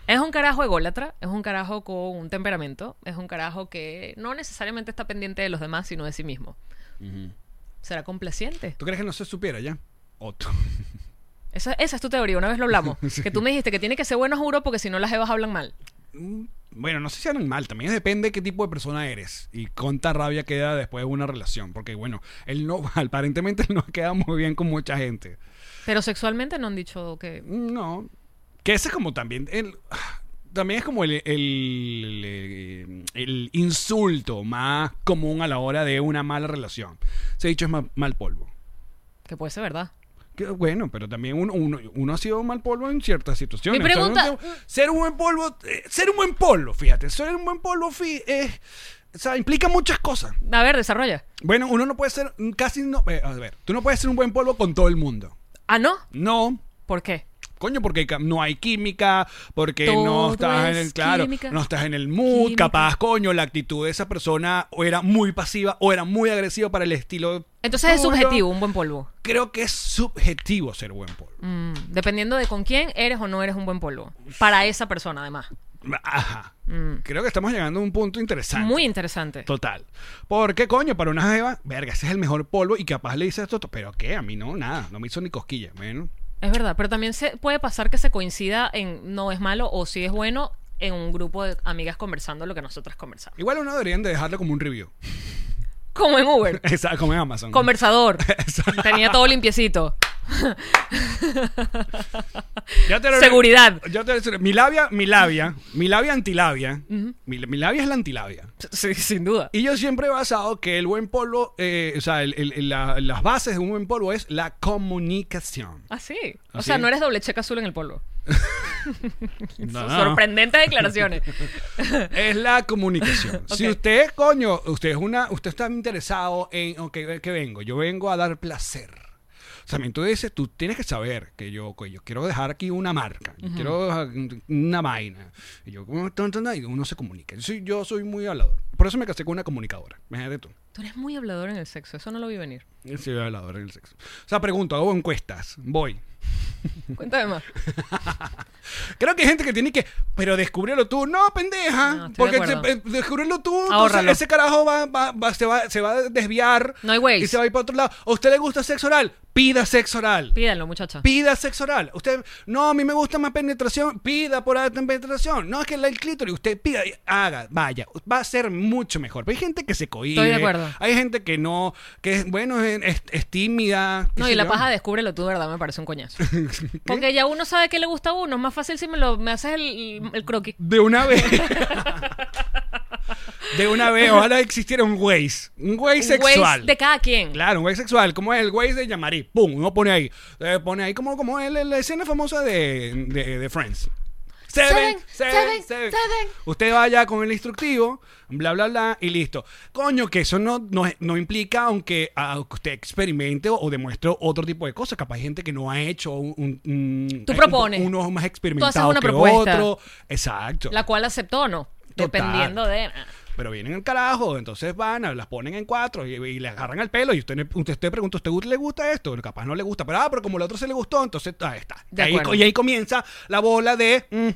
S2: Es un carajo ególatra, es un carajo con un temperamento, es un carajo que no necesariamente está pendiente de los demás, sino de sí mismo. ¿Será complaciente?
S1: ¿Tú crees que no se supiera ya? Otro.
S2: Esa, esa es tu teoría, una vez lo hablamos. Que tú me dijiste que tiene que ser bueno, juro, porque si no las evas hablan mal.
S1: Bueno, no sé si hablan mal, también depende de qué tipo de persona eres y cuánta rabia queda después de una relación, porque bueno, él no, [laughs] aparentemente él no queda muy bien con mucha gente.
S2: Pero sexualmente no han dicho que...
S1: No, que ese es como también, el, [sighs] también es como el, el, el insulto más común a la hora de una mala relación. Se ha dicho es ma- mal polvo.
S2: que puede ser verdad.
S1: Que bueno, pero también uno, uno, uno ha sido mal polvo en ciertas situaciones.
S2: Mi pregunta-
S1: uno tiene- ser un buen polvo, eh, ser un buen polvo, fíjate, ser un buen polvo fi- eh, o sea, implica muchas cosas.
S2: A ver, desarrolla.
S1: Bueno, uno no puede ser mm, casi no, eh, a ver, tú no puedes ser un buen polvo con todo el mundo.
S2: Ah, ¿no?
S1: No,
S2: ¿Por qué?
S1: Coño, porque ca- no hay química, porque no
S2: Todo
S1: estás en
S2: es
S1: el, claro,
S2: química.
S1: no estás en el mood,
S2: Química.
S1: capaz, coño, la actitud de esa persona o era muy pasiva o era muy agresiva para el estilo.
S2: Entonces es
S1: tuyo.
S2: subjetivo un buen polvo.
S1: Creo que es subjetivo ser buen polvo.
S2: Mm, dependiendo de con quién eres o no eres un buen polvo. Para esa persona, además.
S1: Ajá.
S2: Mm.
S1: Creo que estamos llegando a un punto interesante.
S2: Muy interesante.
S1: Total. Porque, coño, para una jeva, verga, ese es el mejor polvo y capaz le dices esto, pero ¿qué? A mí no, nada, no me hizo ni cosquilla. Bueno,
S2: Es verdad, pero también se puede pasar que se coincida en no es malo o si es bueno en un grupo de amigas conversando lo que nosotras conversamos.
S1: igual uno deberían de dejarlo como un review. [laughs]
S2: Como en Uber.
S1: Exacto, como en Amazon.
S2: Conversador.
S1: Exacto.
S2: Tenía todo limpiecito.
S1: Ya te lo-
S2: Seguridad.
S1: ya te lo- mi labia, mi labia, mi labia antilabia. mi, mi labia es la antilabia.
S2: Sí, sin duda.
S1: Y yo siempre he basado que el buen polvo, eh, o sea, el- el- el- la- las bases de un buen polvo es la comunicación.
S2: Así. Ah, o
S1: Así
S2: sea,
S1: es.
S2: no eres doble cheque azul en el polvo.
S1: [laughs] No,
S2: Son
S1: no. [laughs]
S2: Sorprendentes declaraciones.
S1: Es la comunicación. Si
S2: Ok.
S1: usted, coño, usted es una, usted está interesado en, ok, ¿qué vengo? Yo vengo a dar placer. O sea, también tú dices, tú tienes que saber que yo, que yo quiero dejar aquí una marca, yo quiero dejar una vaina. Y yo, como, tan, tan, tan, y uno se comunica. Yo soy, yo soy muy hablador. Por eso me casé con una comunicadora. Imagínate tú.
S2: Tú eres muy hablador en el sexo. Eso no lo
S1: [laughs]
S2: vi venir.
S1: Yo soy hablador en el sexo. O sea, pregunto, hago encuestas, voy.
S2: Cuéntame más.
S1: Creo que hay gente que tiene que, pero descúbrelo tú. No, pendeja.
S2: No, estoy de
S1: porque
S2: acuerdo.
S1: se- eh, descúbrelo tú. entonces
S2: Ahórralo.
S1: ese carajo va, va- va- se, va, se va a desviar.
S2: No hay ways.
S1: Y se va a ir para otro lado. ¿A usted le gusta sexo oral? Pida sexo oral.
S2: Pídanlo, muchacha.
S1: Pida sexo oral. Usted, no, a mí me gusta más penetración. Pida por alta penetración. No, es que la- el clítoris. Usted pida, y haga, vaya. Va a ser mucho mejor. Pero hay gente que se cohíbe.
S2: Estoy de acuerdo.
S1: Hay gente que no, que es, bueno, es, es- es tímida. qué
S2: No,
S1: sé
S2: y la
S1: yo.
S2: paja descúbrelo tú, de ¿verdad? Me parece
S1: [laughs]
S2: un coñazo. Porque ya uno sabe que le gusta a uno. Es más fácil si me, lo, me haces el, el croquis.
S1: De una vez. de una vez. Ojalá existiera un Waze. Un Waze sexual.
S2: Ways de cada quien.
S1: Claro, un Waze sexual. ¿Cómo es el Waze de Yamari? Pum, uno pone ahí. Eh, pone ahí como, como el- la escena famosa de, de, de Friends. Seven, seven, seven, Usted vaya con el instructivo, bla, bla, bla, y listo. Coño, que eso no, no, no implica, aunque ah, que usted experimente o, o demuestre otro tipo de cosas. Capaz hay gente que no ha hecho un. un- un-
S2: Tú propones.
S1: Uno más
S2: Tú haces
S1: experimentado
S2: una
S1: que
S2: propuesta.
S1: otro. Exacto.
S2: La cual aceptó o no. Dependiendo de.
S1: Pero vienen el carajo, entonces van, a- las ponen en cuatro y, y le agarran el pelo. Y usted, ne- usted te pregunta, ¿usted le gusta esto? Bueno, capaz no le gusta, pero, ah, pero como el otro se le gustó, entonces ahí está.
S2: De
S1: Ahí
S2: acuerdo.
S1: co- y ahí comienza la bola de, mm,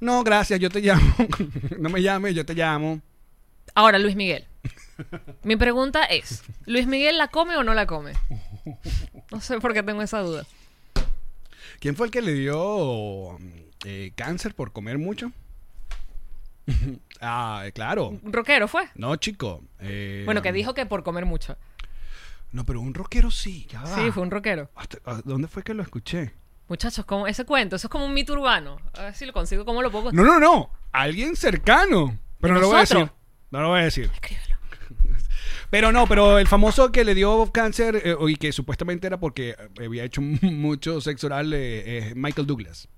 S1: no, gracias, yo te llamo. [laughs] no me llames, yo te llamo.
S2: Ahora,
S1: [laughs]
S2: Luis Miguel. Mi pregunta es: ¿Luis Miguel la come o no la come? No sé por qué tengo esa duda.
S1: ¿Quién fue el que le dio eh, cáncer por comer mucho? [laughs] ah, claro.
S2: ¿Un rockero fue?
S1: No, chico. eh,
S2: Bueno, que dijo que por comer mucho.
S1: No, pero un rockero sí, ya va.
S2: Sí, fue un rockero.
S1: Hasta- ah, ¿Dónde fue que lo escuché?
S2: Muchachos, como ese cuento, eso es como un mito urbano. A ver si lo consigo, ¿cómo lo pongo?
S1: No, no, no. Alguien cercano. Pero no lo voy a
S2: pues. nosotros?
S1: decir. No lo voy a decir. Pero no, pero el famoso que le dio cáncer eh, y que supuestamente era porque había hecho [laughs] mucho sexo oral eh, eh, Michael Douglas.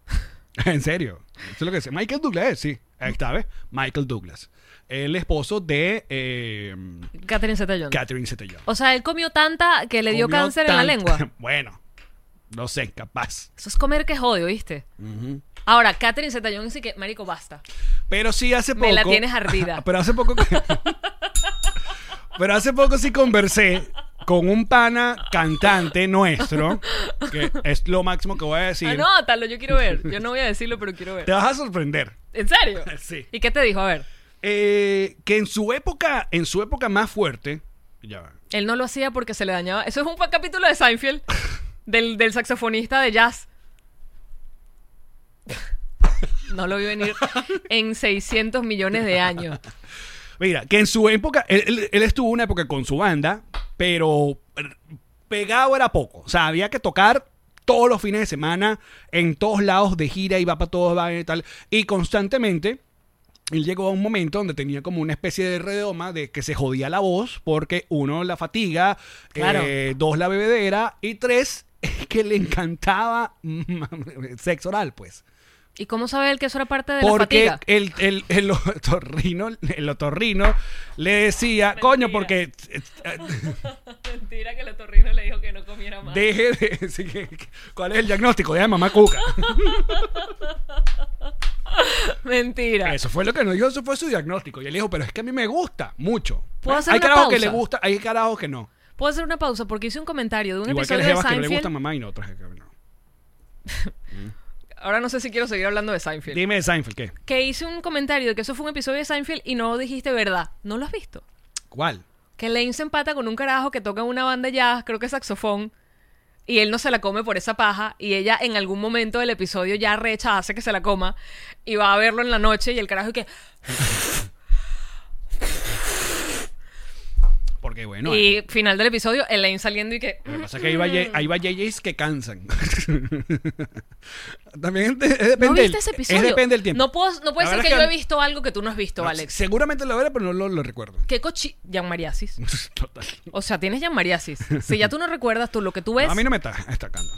S1: [laughs] en serio. Eso es lo que dice. Michael Douglas, eh, sí. Ahí está, ¿ves? Michael Douglas. El esposo de eh,
S2: Catherine Zeta-Jones.
S1: Catherine Zeta-Jones.
S2: O sea, él comió tanta que le dio
S1: Comió
S2: cáncer en la
S1: tan-
S2: lengua.
S1: [laughs] bueno, no sé, capaz.
S2: Eso es comer que jode, ¿viste? Ahora, Catherine Zeta-Jones sí que, marico, basta.
S1: Pero sí hace poco.
S2: Me la tienes ardida.
S1: [laughs] pero hace poco. pero hace poco sí conversé con un pana cantante nuestro, que es lo máximo que voy a
S2: Ah,
S1: decir.
S2: Anótalo, yo quiero ver. Yo no voy a decirlo, pero quiero
S1: Te
S2: ver.
S1: vas a sorprender.
S2: ¿En serio?
S1: Eh, Sí.
S2: ¿Y qué te dijo? A ver.
S1: Eh, que en su época, en su época más fuerte, ya va.
S2: Él no lo hacía porque se le dañaba. Eso es un capítulo
S1: [laughs]
S2: de Seinfeld, del, del saxofonista de jazz. No lo vi venir en 600 millones de años.
S1: Mira, que en su época, él, él- él estuvo una época con su banda, pero er, pegado era poco. O sea, había que tocar todos los fines de semana, en todos lados de gira, iba para todos lados y tal. Y constantemente, él llegó a un momento donde tenía como una especie de redoma de que se jodía la voz, porque uno, la fatiga,
S2: Claro.
S1: eh, dos, la [laughs] bebedera, y tres, que le encantaba mm, sexo oral, pues.
S2: ¿Y cómo sabe él que eso era parte de
S1: Porque
S2: la fatiga?
S1: el, el, el otorrino, el otorrino le decía, coño, porque eh, eh,
S2: Mentira que el otorrino le dijo que no comiera más.
S1: deje de... [laughs] sí, que- que- ¿Cuál es el diagnóstico? Deja de mamá cuca.
S2: Mentira.
S1: Eso fue lo que nos dijo, eso fue su diagnóstico. Y él dijo, pero es que a mí me gusta mucho.
S2: ¿Puedo hacer
S1: hay
S2: una
S1: carajos que
S2: pausa?
S1: le gusta, hay carajos que no.
S2: Puedo hacer una pausa porque hice un comentario de un
S1: Igual que las
S2: episodio de
S1: jevas que no le gusta
S2: Seinfeld.
S1: mamá y no otras que no.
S2: Ahora no sé si quiero seguir hablando de Seinfeld.
S1: Dime de Seinfeld, ¿qué?
S2: Que hice un comentario de que eso fue un episodio de Seinfeld y no dijiste verdad. ¿No lo has visto?
S1: ¿Cuál?
S2: Que Lane se empata con un carajo que toca una banda jazz, creo que es saxofón, y él no se la come por esa paja, y ella en algún momento del episodio ya recha hace que se la coma, y va a verlo en la noche, y el carajo y que...
S1: Porque bueno, eh,
S2: y Mm. final del episodio, Elaine saliendo y que...
S1: lo que pasa es que ahí va, J- ahí va JJs que cansan. [laughs] También de- es depende
S2: ¿No
S1: del-
S2: viste ese episodio?
S1: Es depende del tiempo.
S2: No, puedo, no puede
S1: La
S2: ser
S1: verdad
S2: que,
S1: es
S2: yo
S1: que-
S2: he visto algo que tú no has visto,
S1: No,
S2: Alex.
S1: Seguramente lo veré, pero no lo, lo recuerdo. [laughs]
S2: ¿Qué cochi... Jan Mariasis.
S1: Total.
S2: O sea, tienes Jan Mariasis. Si ya tú no recuerdas tú lo que tú ves...
S1: No, a mí no me está estacando.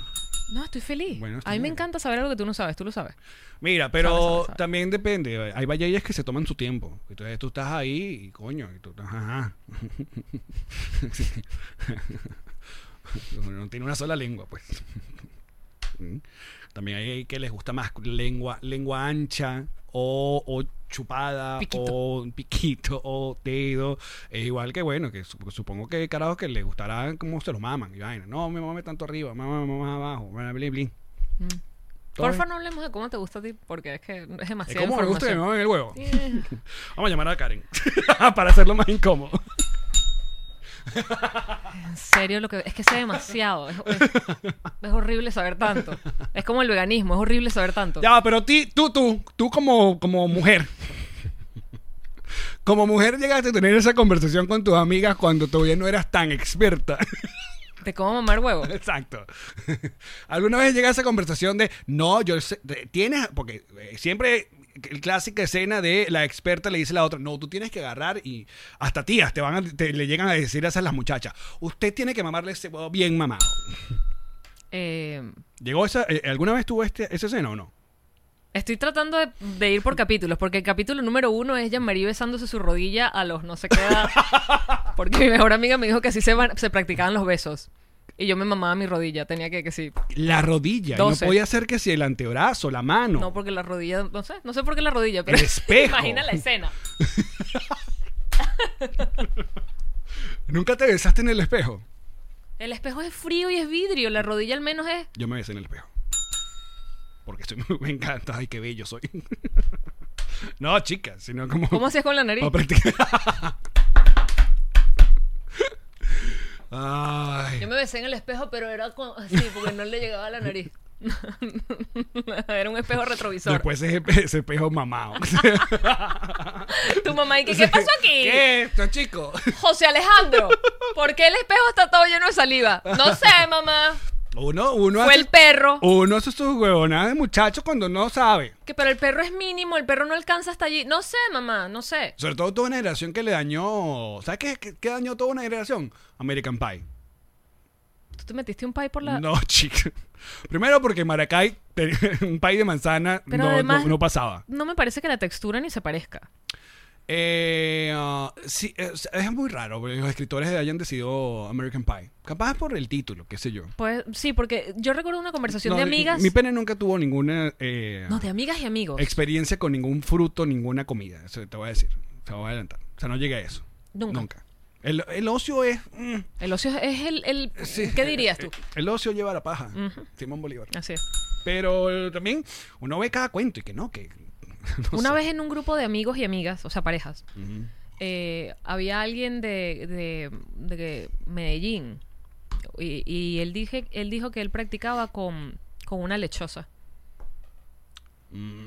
S2: No, estoy feliz.
S1: Bueno, está
S2: a mí me
S1: bien.
S2: encanta saber algo que tú no sabes, tú lo sabes.
S1: Mira, pero
S2: Sabe, sabe, sabe.
S1: también depende. Hay vallallas que se toman su tiempo. Entonces tú estás ahí y coño, y tú estás, ajá. [laughs] no tiene una sola lengua, pues. Mm. También hay que les gusta más lengua, lengua ancha o, o chupada
S2: Piquito.
S1: o un piquito o dedo. Es igual que bueno, que sup- supongo que hay carajos que les gustará cómo se lo maman. Y vaina. No, me mame tanto arriba, mamá, mamá abajo, bla, bla, bla.
S2: Mm.
S1: Todo
S2: Porfa,
S1: bien.
S2: no hablemos de cómo te gusta a ti, porque es que es
S1: Es
S2: demasiado.
S1: como me gusta que me mamen el huevo.
S2: información.
S1: [laughs] Vamos a llamar a Karen [laughs] para hacerlo más incómodo.
S2: En serio, lo que es que sé demasiado. Es, es- es horrible saber tanto. Es como el veganismo, es horrible saber tanto.
S1: Ya, pero ti, tú, tú, tú como, como mujer. Como mujer llegaste a tener esa conversación con tus amigas cuando todavía no eras tan experta. [laughs]
S2: Te como mamar huevo.
S1: Exacto. ¿Alguna vez llega esa conversación de, no, yo sé- de- tienes, porque eh, siempre el clásica escena de la experta le dice a la otra, no, tú tienes que agarrar y hasta tías te van a- te- le llegan a decir a esas las muchachas, usted tiene que mamarle ese huevo bien mamado.
S2: Eh,
S1: ¿Llegó esa, eh, alguna vez tuvo este, esa escena o no?
S2: estoy tratando de, de ir por capítulos, porque el capítulo número uno es Jean-Marie besándose su rodilla a los no sé qué edad. Porque mi mejor amiga me dijo que así se, van- se practicaban los besos. Y yo me mamaba mi rodilla, tenía que, que sí.
S1: La rodilla. y
S2: Doce.
S1: No podía ser que si el antebrazo, la mano.
S2: No, porque la rodilla, no sé, no sé por qué la rodilla, pero
S1: El espejo.
S2: [laughs] imagina la escena.
S1: Nunca te besaste en el espejo.
S2: El espejo es frío y es vidrio, la rodilla al menos es.
S1: Yo me besé en el espejo. Porque soy muy- [laughs] me encanta. Ay, qué bello soy. [laughs] no, chicas, sino como.
S2: ¿Cómo hacías con la nariz?
S1: para practicar. [laughs] Ay.
S2: Yo me besé en el espejo, pero era con- [laughs] así, porque no le llegaba a la nariz. [laughs] era un espejo retrovisor.
S1: Después ese, ese espejo
S2: [laughs]
S1: mamado.
S2: Tu mamá, ¿y qué, qué pasó aquí?
S1: [laughs] ¿Qué es esto, chico? [laughs]
S2: José Alejandro, ¿por qué el espejo está todo lleno de saliva? No sé, mamá.
S1: Uno, uno
S2: Fue
S1: hace-
S2: el perro.
S1: Uno hace sus huevonadas de muchacho cuando no sabe.
S2: Que, pero el perro es mínimo, el perro no alcanza hasta allí. No sé, mamá, no sé.
S1: Sobre todo toda una generación que le dañó. ¿Sabes qué, qué- qué dañó toda una generación? American Pie.
S2: ¿Tú te metiste un pie por la...?
S1: No, [laughs] chica. Primero porque Maracay, tenía un pie de manzana,
S2: Pero
S1: no,
S2: además-
S1: no- no pasaba.
S2: No me parece que la textura ni se parezca.
S1: Eh, ah, sí, es, es muy raro porque los escritores hayan decidido American Pie. Capaz por el título, qué sé yo.
S2: Pues sí, porque yo recuerdo una conversación
S1: No,
S2: de
S1: mi-
S2: amigas.
S1: Mi pene nunca tuvo ninguna eh,
S2: No, de amigas y amigos.
S1: experiencia con ningún fruto, ninguna comida. Eso te voy a decir. Te voy a adelantar. O sea, no llegué a eso.
S2: Nunca.
S1: El, el ocio es... mm,
S2: El ocio es- es el, el-
S1: Sí.
S2: ¿Qué
S1: [laughs]
S2: dirías tú?
S1: El ocio lleva la paja. Simón Bolívar.
S2: Así es.
S1: Pero eh, también uno ve cada cuento y que no, que. [laughs] no
S2: Una
S1: sé.
S2: vez en un grupo de amigos y amigas, o sea, parejas, eh, había alguien de, de- de Medellín y, y él, dije, él dijo que él practicaba con, con una lechosa.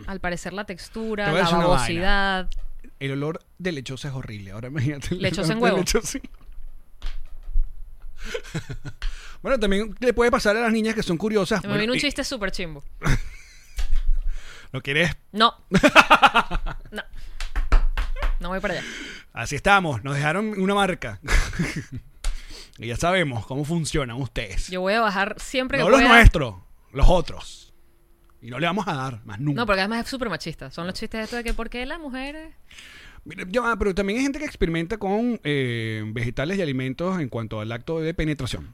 S2: Al parecer la
S1: Mm. Te
S2: textura,
S1: voy a
S2: la
S1: decir una
S2: babosidad.
S1: El olor de lechosa es horrible. Ahora imagínate. el
S2: Lechosa
S1: olor
S2: en
S1: de
S2: huevo.
S1: lechosa. [laughs] bueno, también le puede pasar a las niñas que son curiosas.
S2: Me
S1: Bueno,
S2: vino un
S1: y-
S2: chiste súper chimbo.
S1: ¿Lo quieres? [laughs]
S2: No. no. No voy para allá.
S1: Así estamos. Nos dejaron una marca. [laughs] y ya sabemos cómo funcionan ustedes.
S2: Yo voy a bajar siempre que
S1: no los
S2: pueda.
S1: nuestros, los otros. Y no le vamos a dar, más nunca.
S2: No, porque además es súper machista. Son los chistes estos de que por qué las mujeres...
S1: Mira, ya va, pero también hay gente que experimenta con eh, vegetales y alimentos en cuanto al acto de penetración.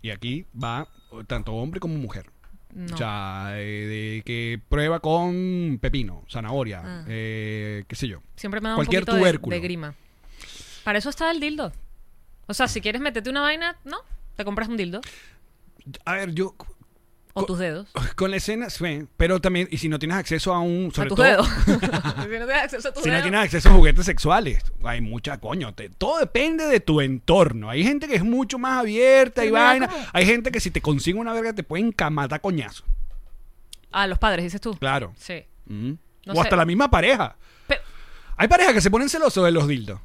S1: Y aquí va tanto hombre como mujer.
S2: No.
S1: O sea, eh, de que prueba con pepino, zanahoria,
S2: Ah.
S1: eh, qué sé yo.
S2: Siempre me da un
S1: Cualquier
S2: poquito de-
S1: tubérculo.
S2: De, grima. Para eso está el dildo. O sea, si quieres meterte una vaina, no, te compras un dildo
S1: A ver, yo
S2: o
S1: Co-
S2: tus dedos.
S1: con la escena, sí, pero también, y si no tienes acceso a un...
S2: A
S1: Sobre
S2: tus
S1: todo- [laughs]
S2: dedos. [laughs] si no tienes acceso a tus
S1: Si no
S2: dedos.
S1: tienes acceso a juguetes sexuales, hay mucha coño. te- todo depende de tu entorno. Hay gente que es mucho más abierta y
S2: Pero me da
S1: vaina.
S2: como-
S1: Hay gente que si te consigue una verga te pueden camatar coñazo.
S2: Ah, los padres, dices tú.
S1: Claro.
S2: Sí.
S1: Mm.
S2: No
S1: o
S2: sé.
S1: hasta la misma pareja.
S2: Pero
S1: Hay parejas que se ponen celosos de los dildos.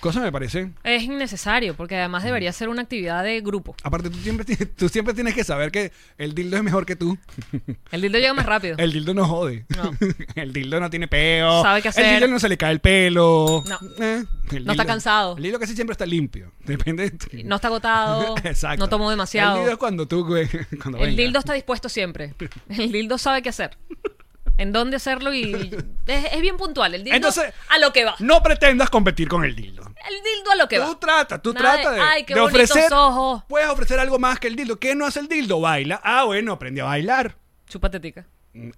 S1: Cosa me parece.
S2: es innecesario, porque además debería ser una actividad de grupo.
S1: Aparte, tú siempre, ti- tú siempre tienes que saber que el dildo es mejor que tú.
S2: El dildo llega más rápido.
S1: El dildo no jode.
S2: No.
S1: [laughs] El dildo no tiene peo.
S2: Sabe qué hacer.
S1: El dildo no se le cae el pelo.
S2: No.
S1: Eh, el
S2: No está cansado.
S1: El dildo casi siempre está limpio. Depende. de-
S2: No está agotado.
S1: [laughs] Exacto.
S2: No tomó demasiado.
S1: El dildo es cuando tú, [laughs] güey, cuando
S2: El
S1: venga.
S2: dildo está dispuesto siempre. El dildo sabe qué hacer. En dónde hacerlo y es, es bien puntual. El dildo
S1: Entonces-
S2: a lo que va.
S1: No pretendas competir con el dildo.
S2: El dildo a lo que
S1: Tú
S2: va.
S1: trata, tú
S2: Nada de,
S1: trata de,
S2: "Ay, qué
S1: de
S2: bonitos
S1: ofrecer.
S2: ojos".
S1: Puedes ofrecer algo más que el dildo. ¿Qué no hace el dildo? Baila. Ah, bueno, aprende a bailar.
S2: Chupatetica.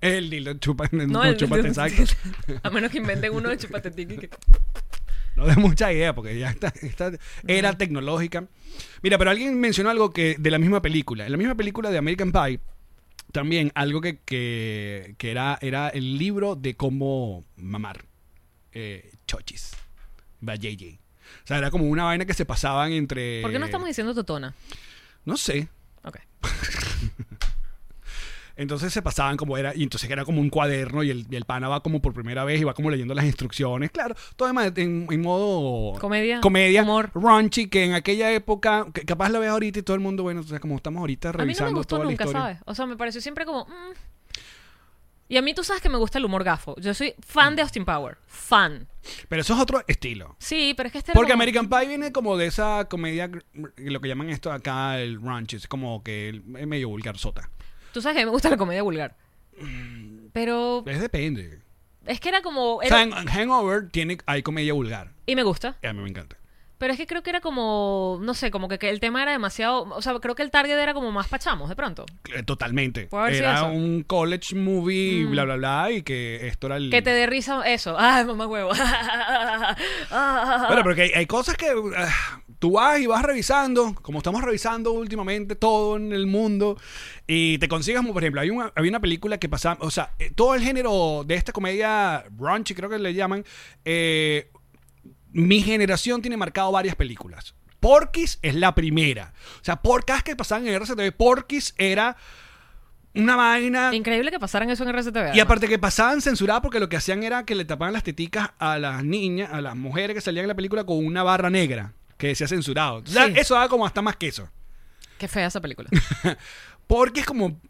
S1: El dildo chupa, [laughs] no,
S2: el- [laughs]
S1: chúpate, exacto.
S2: A menos que inventen uno de chupatetica. y que-
S1: No de mucha idea, porque ya está, esta era tecnológica. Mira, pero alguien mencionó algo que de la misma película. En la misma película de American Pie, también algo que, que, que era, era el libro de cómo mamar. Eh, chochis. By JJ. O sea, era como una vaina que se pasaban entre.
S2: ¿Por qué no estamos diciendo totona?
S1: No sé.
S2: Ok.
S1: Entonces se pasaban como era, y entonces era como un cuaderno y el, y el pana va como por primera vez y va como leyendo las instrucciones. Claro, todo además en, en modo...
S2: Comedia,
S1: Comedia.
S2: humor.
S1: Raunchy, que en aquella época, que capaz la ves ahorita y todo el mundo, bueno, o sea, como estamos ahorita
S2: A mí no
S1: revisando
S2: me gustó
S1: toda
S2: nunca,
S1: la historia.
S2: ¿sabes? O sea, me pareció siempre como... mm. Y a mí tú sabes que me gusta el humor gafo. Yo soy fan de Austin Power. Fan.
S1: Pero eso es otro estilo.
S2: Sí, pero es que este era
S1: Porque
S2: como-
S1: American Pie viene como de esa comedia, gr- lo que llaman esto acá el raunchy, es como que el- es medio vulgar sota.
S2: Tú sabes que a mí me gusta la comedia vulgar. Pero
S1: Es depende.
S2: es que era como...
S1: O
S2: era-
S1: sea, en Hangover tiene, hay comedia vulgar.
S2: Y me gusta.
S1: Y a mí me encanta.
S2: Pero es que creo que era como... No sé, como que, que el tema era demasiado... O sea, creo que el target era como más pachamos, de pronto.
S1: Eh, Totalmente.
S2: Puede haber sido
S1: Era
S2: eso. Mm.
S1: un college movie, bla, bla, bla, y que esto era el...
S2: Que te dé risa eso. [laughs] Ay, mamá huevo. Ah.
S1: Bueno, porque hay, hay cosas que ah, tú vas y vas revisando, como estamos revisando últimamente todo en el mundo, y te consigas, como por ejemplo, hay una, había una película que pasaba, o sea, eh, todo el género de esta comedia raunchy, creo que le llaman, eh, mi generación tiene marcado varias películas. Porky's es la primera. O sea, por cada que pasaban en RCTV, Porky's era una vaina
S2: Increíble que pasaran eso en RCTV.
S1: ah. y
S2: además.
S1: aparte que pasaban censurada porque lo que hacían era que le tapaban las teticas a las niñas, a las mujeres que salían en la película con una barra negra que decía censurado. O sea,
S2: Sí.
S1: Eso daba como hasta más que eso.
S2: Qué fea
S1: [laughs]
S2: esa película.
S1: Porque es como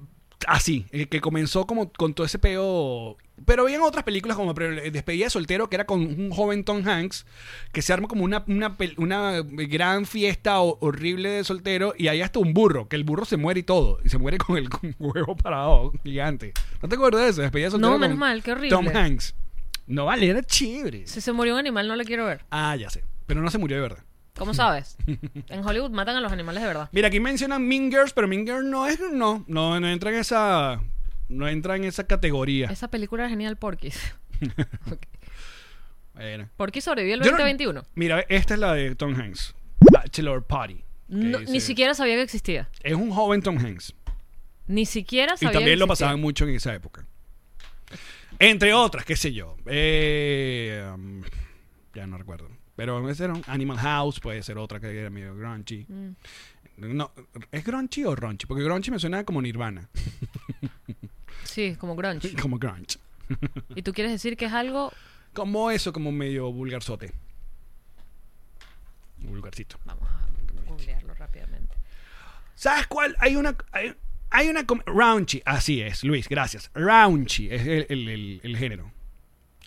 S1: así, eh, que comenzó como con todo ese peo. Pero habían otras películas como pero, eh, Despedida de Soltero, que era con un joven Tom Hanks, que se arma como una, una, pel- una gran fiesta ho- horrible de soltero, y hay hasta un burro, que el burro se muere y todo, y se muere con el [laughs] con un huevo parado gigante. ¿No te acuerdas de eso? Despedida de Soltero.
S2: No, menos
S1: con
S2: mal, qué horrible.
S1: Tom Hanks. No vale, era chévere.
S2: Si se murió un animal, no le quiero ver.
S1: Ah, ya sé. Pero no se murió de verdad.
S2: ¿Cómo
S1: Mm. [laughs]
S2: sabes? En Hollywood matan a los animales de verdad.
S1: Mira, aquí mencionan Mean Girls, pero Mean Girls no es, no, no, no entra en esa, no entra en esa categoría.
S2: Esa película es genial, [laughs] Porky's. Ok.
S1: Bueno.
S2: Porky's sobrevivió el
S1: Yo no-
S2: 2021.
S1: mira, esta es la de Tom Hanks, Bachelor Party. que
S2: No-
S1: dice-
S2: Ni siquiera sabía que existía.
S1: Es un joven Tom Hanks
S2: Ni siquiera
S1: y
S2: sabía que
S1: también lo
S2: existía.
S1: pasaban mucho en esa época. Entre otras, qué sé yo. Eh, um, ya no recuerdo. Pero ese era un Animal House, puede ser otra que era medio grungy.
S2: Mm.
S1: No, ¿Es grungy o raunchy? Porque grungy me suena como Nirvana, [laughs]
S2: Sí, como grunge.
S1: como grunge.
S2: ¿Y tú quieres decir que es algo...?
S1: Como eso, como medio vulgarzote. Vulgarcito.
S2: Vamos a googlearlo rápidamente.
S1: ¿Sabes cuál? Hay una. Hay, hay una. com- Raunchy. Así es, Luis, gracias. Raunchy es el, el- el- el género.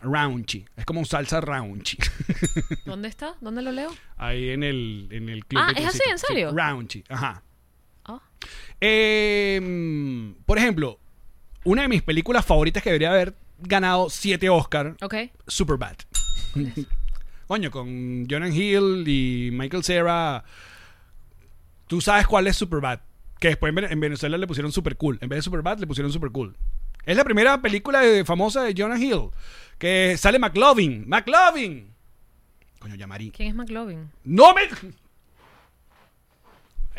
S1: Raunchy. Es como un salsa raunchy. [laughs]
S2: ¿Dónde está? ¿Dónde lo leo?
S1: Ahí en el, en el club.
S2: Ah,
S1: de
S2: ¿es así?
S1: Tecito.
S2: ¿En
S1: Sí,
S2: serio?
S1: raunchy, ajá.
S2: Ah.
S1: Eh, Em, por ejemplo, Una de mis películas favoritas que debería haber ganado siete Oscar,
S2: Ok.
S1: Superbad. Coño, con Jonah Hill y Michael Cera. Tú sabes cuál es Superbad. Que después en Vene- en Venezuela le pusieron Super Cool. En vez de Superbad le pusieron Super Cool. Es la primera película de- famosa de Jonah Hill. Que sale McLovin. ¡McLovin! Coño, llamarí.
S2: ¿Quién es McLovin?
S1: ¡No me! [laughs]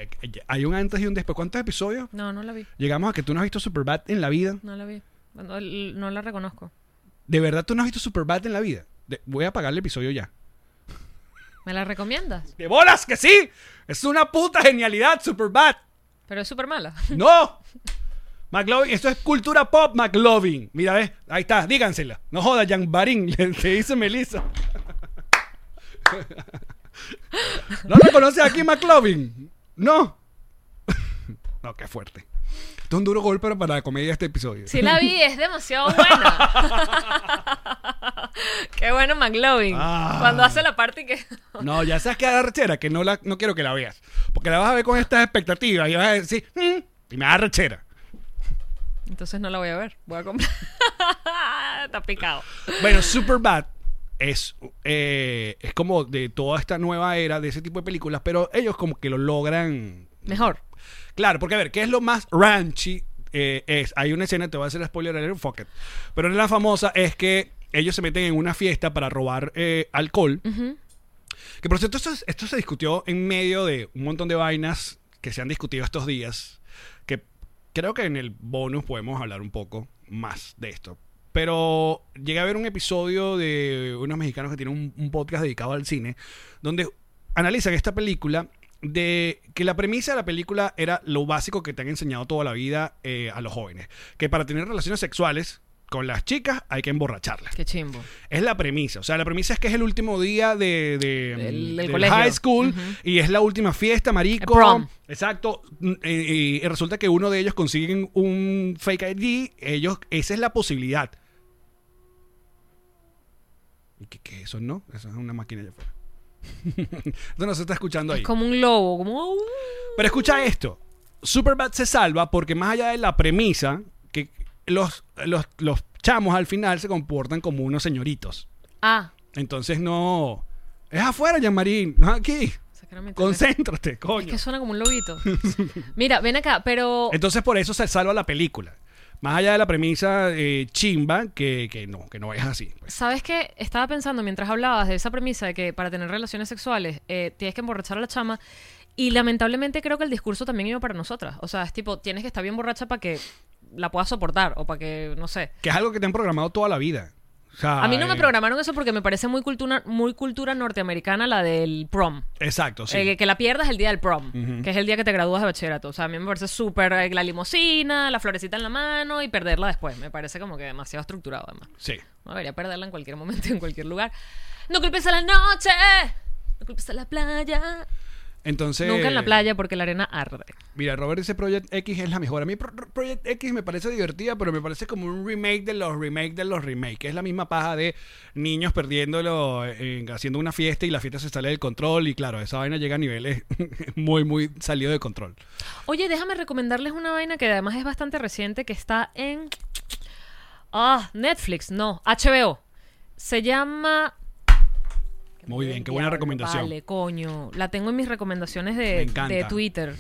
S1: Eh, eh, Hay un antes y un después. ¿Cuántos episodios?
S2: No, no la vi.
S1: Llegamos a que tú no has visto Superbad en la vida.
S2: No la vi. No, no la reconozco.
S1: ¿De verdad tú no has visto Superbad en la vida? De- voy a apagar el episodio ya.
S2: ¿Me la recomiendas?
S1: ¡De bolas que sí! ¡Es una puta genialidad, Superbad!
S2: Pero es súper mala. [laughs]
S1: ¡No! McLovin, esto es cultura pop, McLovin. Mira, ves, ahí está, dígansela. No joda, Jan Barín, le, le dice Melissa. [laughs] ¿No lo conoces aquí, McLovin? No. [laughs] No, qué fuerte. Esto es un duro golpe para la comedia de este episodio.
S2: Sí la vi, es demasiado buena. Qué bueno McLovin.
S1: Ah.
S2: Cuando hace la parte que... [laughs]
S1: No, ya sabes que da rechera, que no, la, no quiero que la veas. Porque la vas a ver con estas expectativas y vas a decir, "Mm", y me da rechera.
S2: Entonces no la voy a ver. Voy a comprar. [laughs] Está picado.
S1: Bueno, Superbad es, eh, es como de toda esta nueva era de ese tipo de películas, pero ellos como que lo logran.
S2: Mejor.
S1: Claro, porque a ver, ¿qué es lo más ranchy? Eh, es, hay una escena, te voy a hacer spoiler alert, fuck it. Pero la famosa es que ellos se meten en una fiesta para robar eh, alcohol. Que por cierto, esto, es- esto se discutió en medio de un montón de vainas que se han discutido estos días. Que creo que en el bonus podemos hablar un poco más de esto. Pero llegué a ver un episodio de unos mexicanos que tienen un, un podcast dedicado al cine, donde analizan esta película de que la premisa de la película era lo básico que te han enseñado toda la vida eh, a los jóvenes. Que para tener relaciones sexuales con las chicas hay que emborracharlas.
S2: Qué chimbo.
S1: Es la premisa. O sea, la premisa es que es el último día de, de- mm,
S2: Del- del
S1: del
S2: colegio.
S1: high school
S2: Ujú.
S1: y es la última fiesta, marico.
S2: El prom.
S1: Exacto. Mm, Y, y resulta que uno de ellos consiguen un fake ID. Ellos, esa es la posibilidad. ¿Y qué, qué es eso no? Eso es una máquina allá afuera. [laughs] Esto no se está escuchando ahí.
S2: Es como un lobo, como... "Uh".
S1: Pero escucha esto. Superbad se salva porque más allá de la premisa, que los, los, los chamos al final se comportan como unos señoritos.
S2: Ah,
S1: Entonces no. Es afuera, Yamarín, no es aquí.
S2: sacramente.
S1: Concéntrate,
S2: Es
S1: coño.
S2: que suena como un lobito.
S1: [laughs]
S2: Mira, ven acá, pero...
S1: Entonces por eso se salva la película. Más allá de la premisa eh, chimba, que, que no, que no es así. pues.
S2: ¿Sabes qué? Estaba pensando mientras hablabas de esa premisa de que para tener relaciones sexuales eh, tienes que emborrachar a la chama. Y lamentablemente creo que el discurso también iba para nosotras. O sea, es tipo, tienes que estar bien borracha para que la puedas soportar o para que, no sé.
S1: Que es algo que te han programado toda la vida. O sea,
S2: A mí no me
S1: eh,
S2: programaron eso porque me parece muy cultura, muy cultura norteamericana la del prom.
S1: Exacto, sí.
S2: Eh, que- que la pierdas el día del prom, que es el día que te gradúas de bachillerato. O sea, a mí me parece súper eh, la limosina, la florecita en la mano y perderla después. Me parece como que demasiado estructurado, además.
S1: sí.
S2: No debería perderla en cualquier momento, [laughs] en cualquier lugar. No culpes a la noche, no culpes a la playa.
S1: Entonces.
S2: Nunca en la playa porque la arena arde.
S1: Mira, Robert dice Project X es la mejor. A mí Pro- Pro- Project X me parece divertida, pero me parece como un remake de los remake de los remake. Es la misma paja de niños perdiéndolo, eh, haciendo una fiesta y la fiesta se sale del control. Y claro, esa vaina llega a niveles [laughs] muy, muy salido de control.
S2: Oye, déjame recomendarles una vaina que además es bastante reciente que está en ah Netflix, no, HBO. Se llama
S1: Muy bien, qué buena
S2: Diablo,
S1: recomendación.
S2: Vale, coño. La tengo en mis recomendaciones
S1: Me
S2: de,
S1: encanta.
S2: de
S1: [laughs]
S2: Twitter.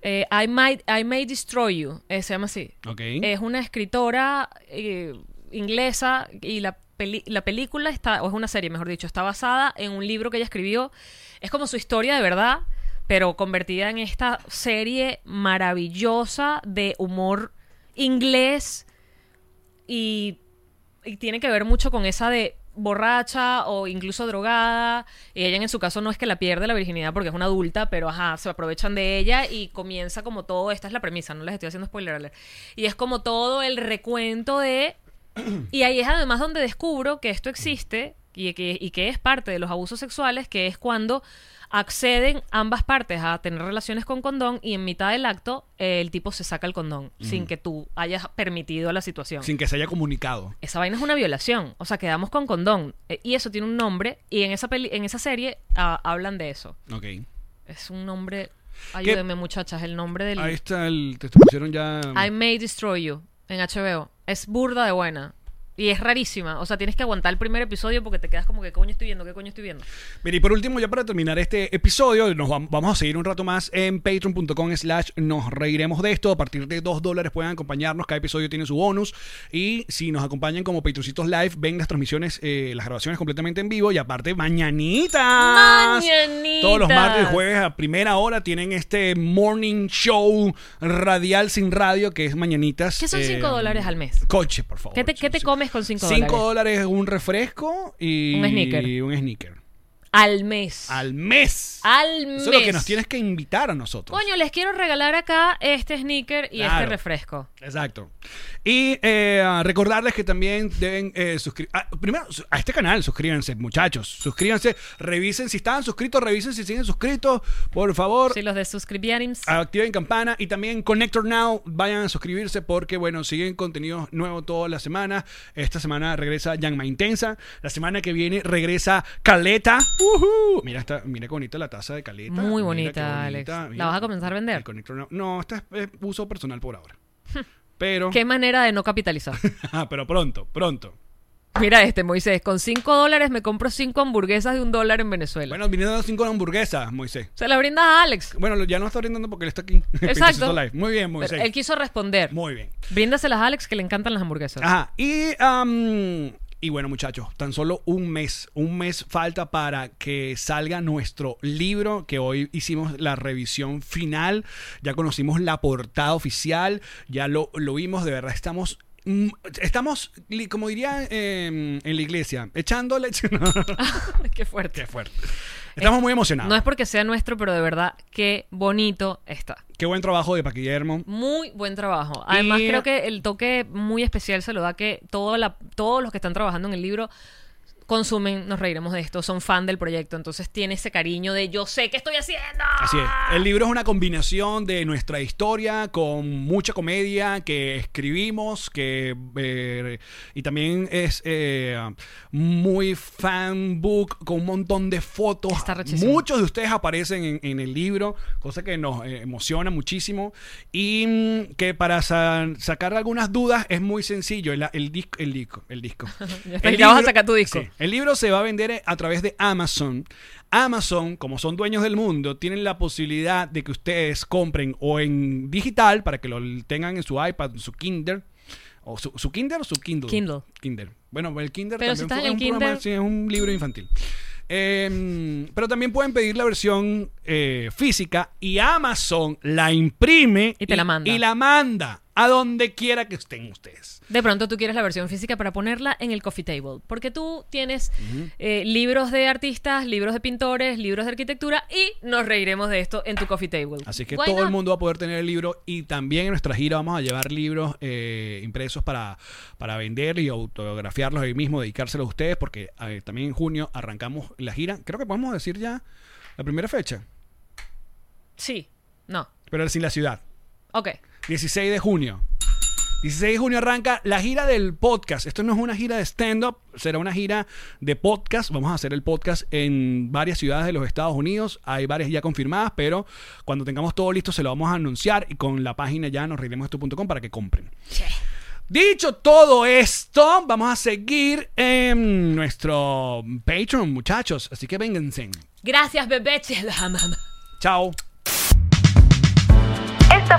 S2: Eh, I, might, I May Destroy You, eh, se llama así.
S1: Ok.
S2: Es una escritora eh, inglesa y la, peli- la película está, o es una serie, mejor dicho, está basada en un libro que ella escribió. Es como su historia de verdad, pero convertida en esta serie maravillosa de humor inglés y, y tiene que ver mucho con esa de borracha o incluso drogada. Y ella en su caso no es que la pierde la virginidad porque es una adulta, pero ajá, se aprovechan de ella y comienza como todo, esta es la premisa, no les estoy haciendo spoiler alert. Y es como todo el recuento de... Y ahí es además donde descubro que esto existe y que, y que es parte de los abusos sexuales, que es cuando acceden ambas partes a tener relaciones con condón y en mitad del acto eh, el tipo se saca el condón sin que tú hayas permitido la situación.
S1: Sin que se haya comunicado.
S2: Esa vaina es una violación. O sea, quedamos con condón. Eh, y eso tiene un nombre. Y en esa, peli en esa serie ah, hablan de eso.
S1: Ok.
S2: Es un nombre. Ayúdenme, muchachas. El nombre del.
S1: Ahí está el. Te te pusieron ya.
S2: I May Destroy You. en HBO. Es burda de buena. Y es rarísima. O sea, tienes que aguantar el primer episodio porque te quedas como que coño estoy viendo, qué coño estoy viendo.
S1: Mira, y por último, ya para terminar este episodio, nos vam- vamos a seguir un rato más en patreon.com slash nos reiremos de esto. A partir de 2 dólares pueden acompañarnos, cada episodio tiene su bonus. Y si nos acompañan como Patroncitos Live, ven las transmisiones, eh, las grabaciones completamente en vivo. Y aparte, mañanitas.
S2: Mañanitas.
S1: Todos los martes y jueves a primera hora tienen este morning show radial sin radio que es mañanitas.
S2: ¿Qué son
S1: eh,
S2: cinco dólares al mes?
S1: Coche, por favor.
S2: ¿Qué te- qué te comes con cinco dólares?
S1: 5 dólares un refresco y
S2: Un sneaker.
S1: un sneaker.
S2: Al mes.
S1: Al mes.
S2: Al mes.
S1: Eso es lo que nos tienes que invitar a nosotros.
S2: Coño, les quiero regalar acá este sneaker y
S1: Claro.
S2: este refresco.
S1: Exacto. Y eh, recordarles que también deben suscribirse. primero, su- a este canal suscríbanse, muchachos. Suscríbanse, revisen si están suscritos, revisen si siguen suscritos. Por favor,
S2: Si los de suscribieron.
S1: activen campana y también Connector Now. Vayan a suscribirse porque, bueno, siguen contenidos nuevos todas las semanas. Esta semana regresa Yanma Intensa. La semana que viene regresa Caleta. ¡Ujú! Mira, esta, mira qué bonita la taza de Caleta.
S2: Muy
S1: Mira
S2: bonita,
S1: qué
S2: Alex. ¿La
S1: Mira,
S2: vas a comenzar a vender?
S1: el Connector Now. No, esta es, es uso personal por
S2: [laughs]
S1: ahora. Pero, [laughs] ah,
S2: Qué manera de no capitalizar.
S1: pero pronto, pronto.
S2: Mira este, Moisés. Con cinco dólares me compro cinco hamburguesas de un dólar en Venezuela.
S1: Bueno, vinieron cinco hamburguesas, Moisés.
S2: Se la brindas a Alex.
S1: Bueno, lo- ya no está brindando porque él está aquí. [laughs]
S2: Exacto.
S1: Live. Muy bien,
S2: Pero
S1: Moisés.
S2: él quiso responder.
S1: Muy bien.
S2: Bríndaselas a Alex que le encantan las hamburguesas.
S1: Ajá. Y, am, y bueno, muchachos, tan solo un mes. Un mes falta para que salga nuestro libro, que hoy hicimos la revisión final. Ya conocimos la portada oficial, ya lo, lo vimos, de verdad estamos... mm, Estamos, li- como diría eh, en la iglesia, echándole...
S2: [laughs]
S1: [laughs]
S2: Qué fuerte.
S1: Qué fuerte. Estamos muy emocionados.
S2: No es porque sea nuestro, pero de verdad, qué bonito está.
S1: Qué buen trabajo de Paquillermo.
S2: Muy buen trabajo. Además,
S1: Y-
S2: creo que el toque muy especial se lo da que toda la- todos los que están trabajando en el libro consumen, nos reiremos de esto, son fan del proyecto, entonces tiene ese cariño de yo sé qué estoy haciendo.
S1: Así es. El libro es una combinación de nuestra historia con mucha comedia que escribimos, que eh, y también es eh, muy fanbook con un montón de fotos.
S2: Está rechísimo.
S1: Muchos de ustedes aparecen en, en el libro, cosa que nos eh, emociona muchísimo y mm, que para sa- sacar algunas dudas es muy sencillo. El, el disco, el disco, el
S2: [laughs]
S1: disco.
S2: Ya está, ya vas a sacar tu disco.
S1: Sí. El libro se va a vender a través de Amazon. Amazon, como son dueños del mundo, tienen la posibilidad de que ustedes compren o en digital para que lo tengan en su iPad, en su Kindle. O su, su Kindle o su Kindle.
S2: Kindle.
S1: Kindle. Bueno, el Kindle
S2: Pero si
S1: también fue-
S2: estás en
S1: es,
S2: el
S1: un programa-
S2: Kindle-
S1: sí, es un libro infantil. Eh, pero también pueden pedir la versión eh, física y Amazon la imprime
S2: Y te la manda.
S1: y la manda a donde quiera que estén ustedes.
S2: De pronto tú quieres la versión física para ponerla en el coffee table, porque tú tienes eh, libros de artistas, libros de pintores, libros de arquitectura y nos reiremos de esto en tu coffee table.
S1: Así que
S2: Why
S1: todo el
S2: not?
S1: mundo va a poder tener el libro y también en nuestra gira vamos a llevar libros eh, impresos para, para vender y autografiarlos ahí mismo, dedicárselos a ustedes, porque eh, también en junio arrancamos la gira. Creo que podemos decir ya la primera fecha,
S2: Sí, no.
S1: pero sin la ciudad.
S2: Ok.
S1: 16 de junio. 16 de junio arranca la gira del podcast. Esto no es una gira de stand-up, será una gira de podcast. Vamos a hacer el podcast en varias ciudades de los Estados Unidos. Hay varias ya confirmadas, pero cuando tengamos todo listo se lo vamos a anunciar y con la página ya nos esto.com para que compren. Dicho todo esto, vamos a seguir en nuestro Patreon, muchachos. Así que vénganse.
S2: Gracias, bebé. [laughs] Los amamos.
S1: Chao.
S3: Esta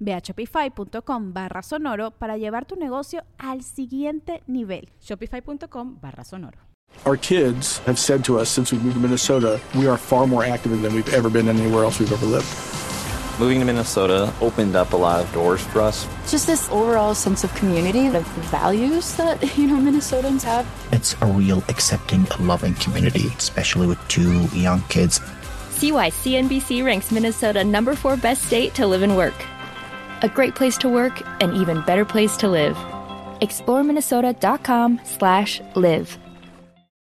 S5: Ve a shopify.com barra sonoro para llevar tu negocio al siguiente nivel.
S6: Shopify.com barra sonoro.
S7: Our kids have said to us since we moved to Minnesota, we are far more active than we've ever been anywhere else we've ever lived.
S8: Moving to Minnesota opened up a lot of doors for us.
S9: Just this overall sense of community, of values that, [laughs] you know, Minnesotans have.
S10: It's a real accepting, loving community, especially with two young kids.
S11: See why CNBC ranks Minnesota number four best state to live and work. A great place to work, an even better place to live. ExploreMinnesota.com slash live.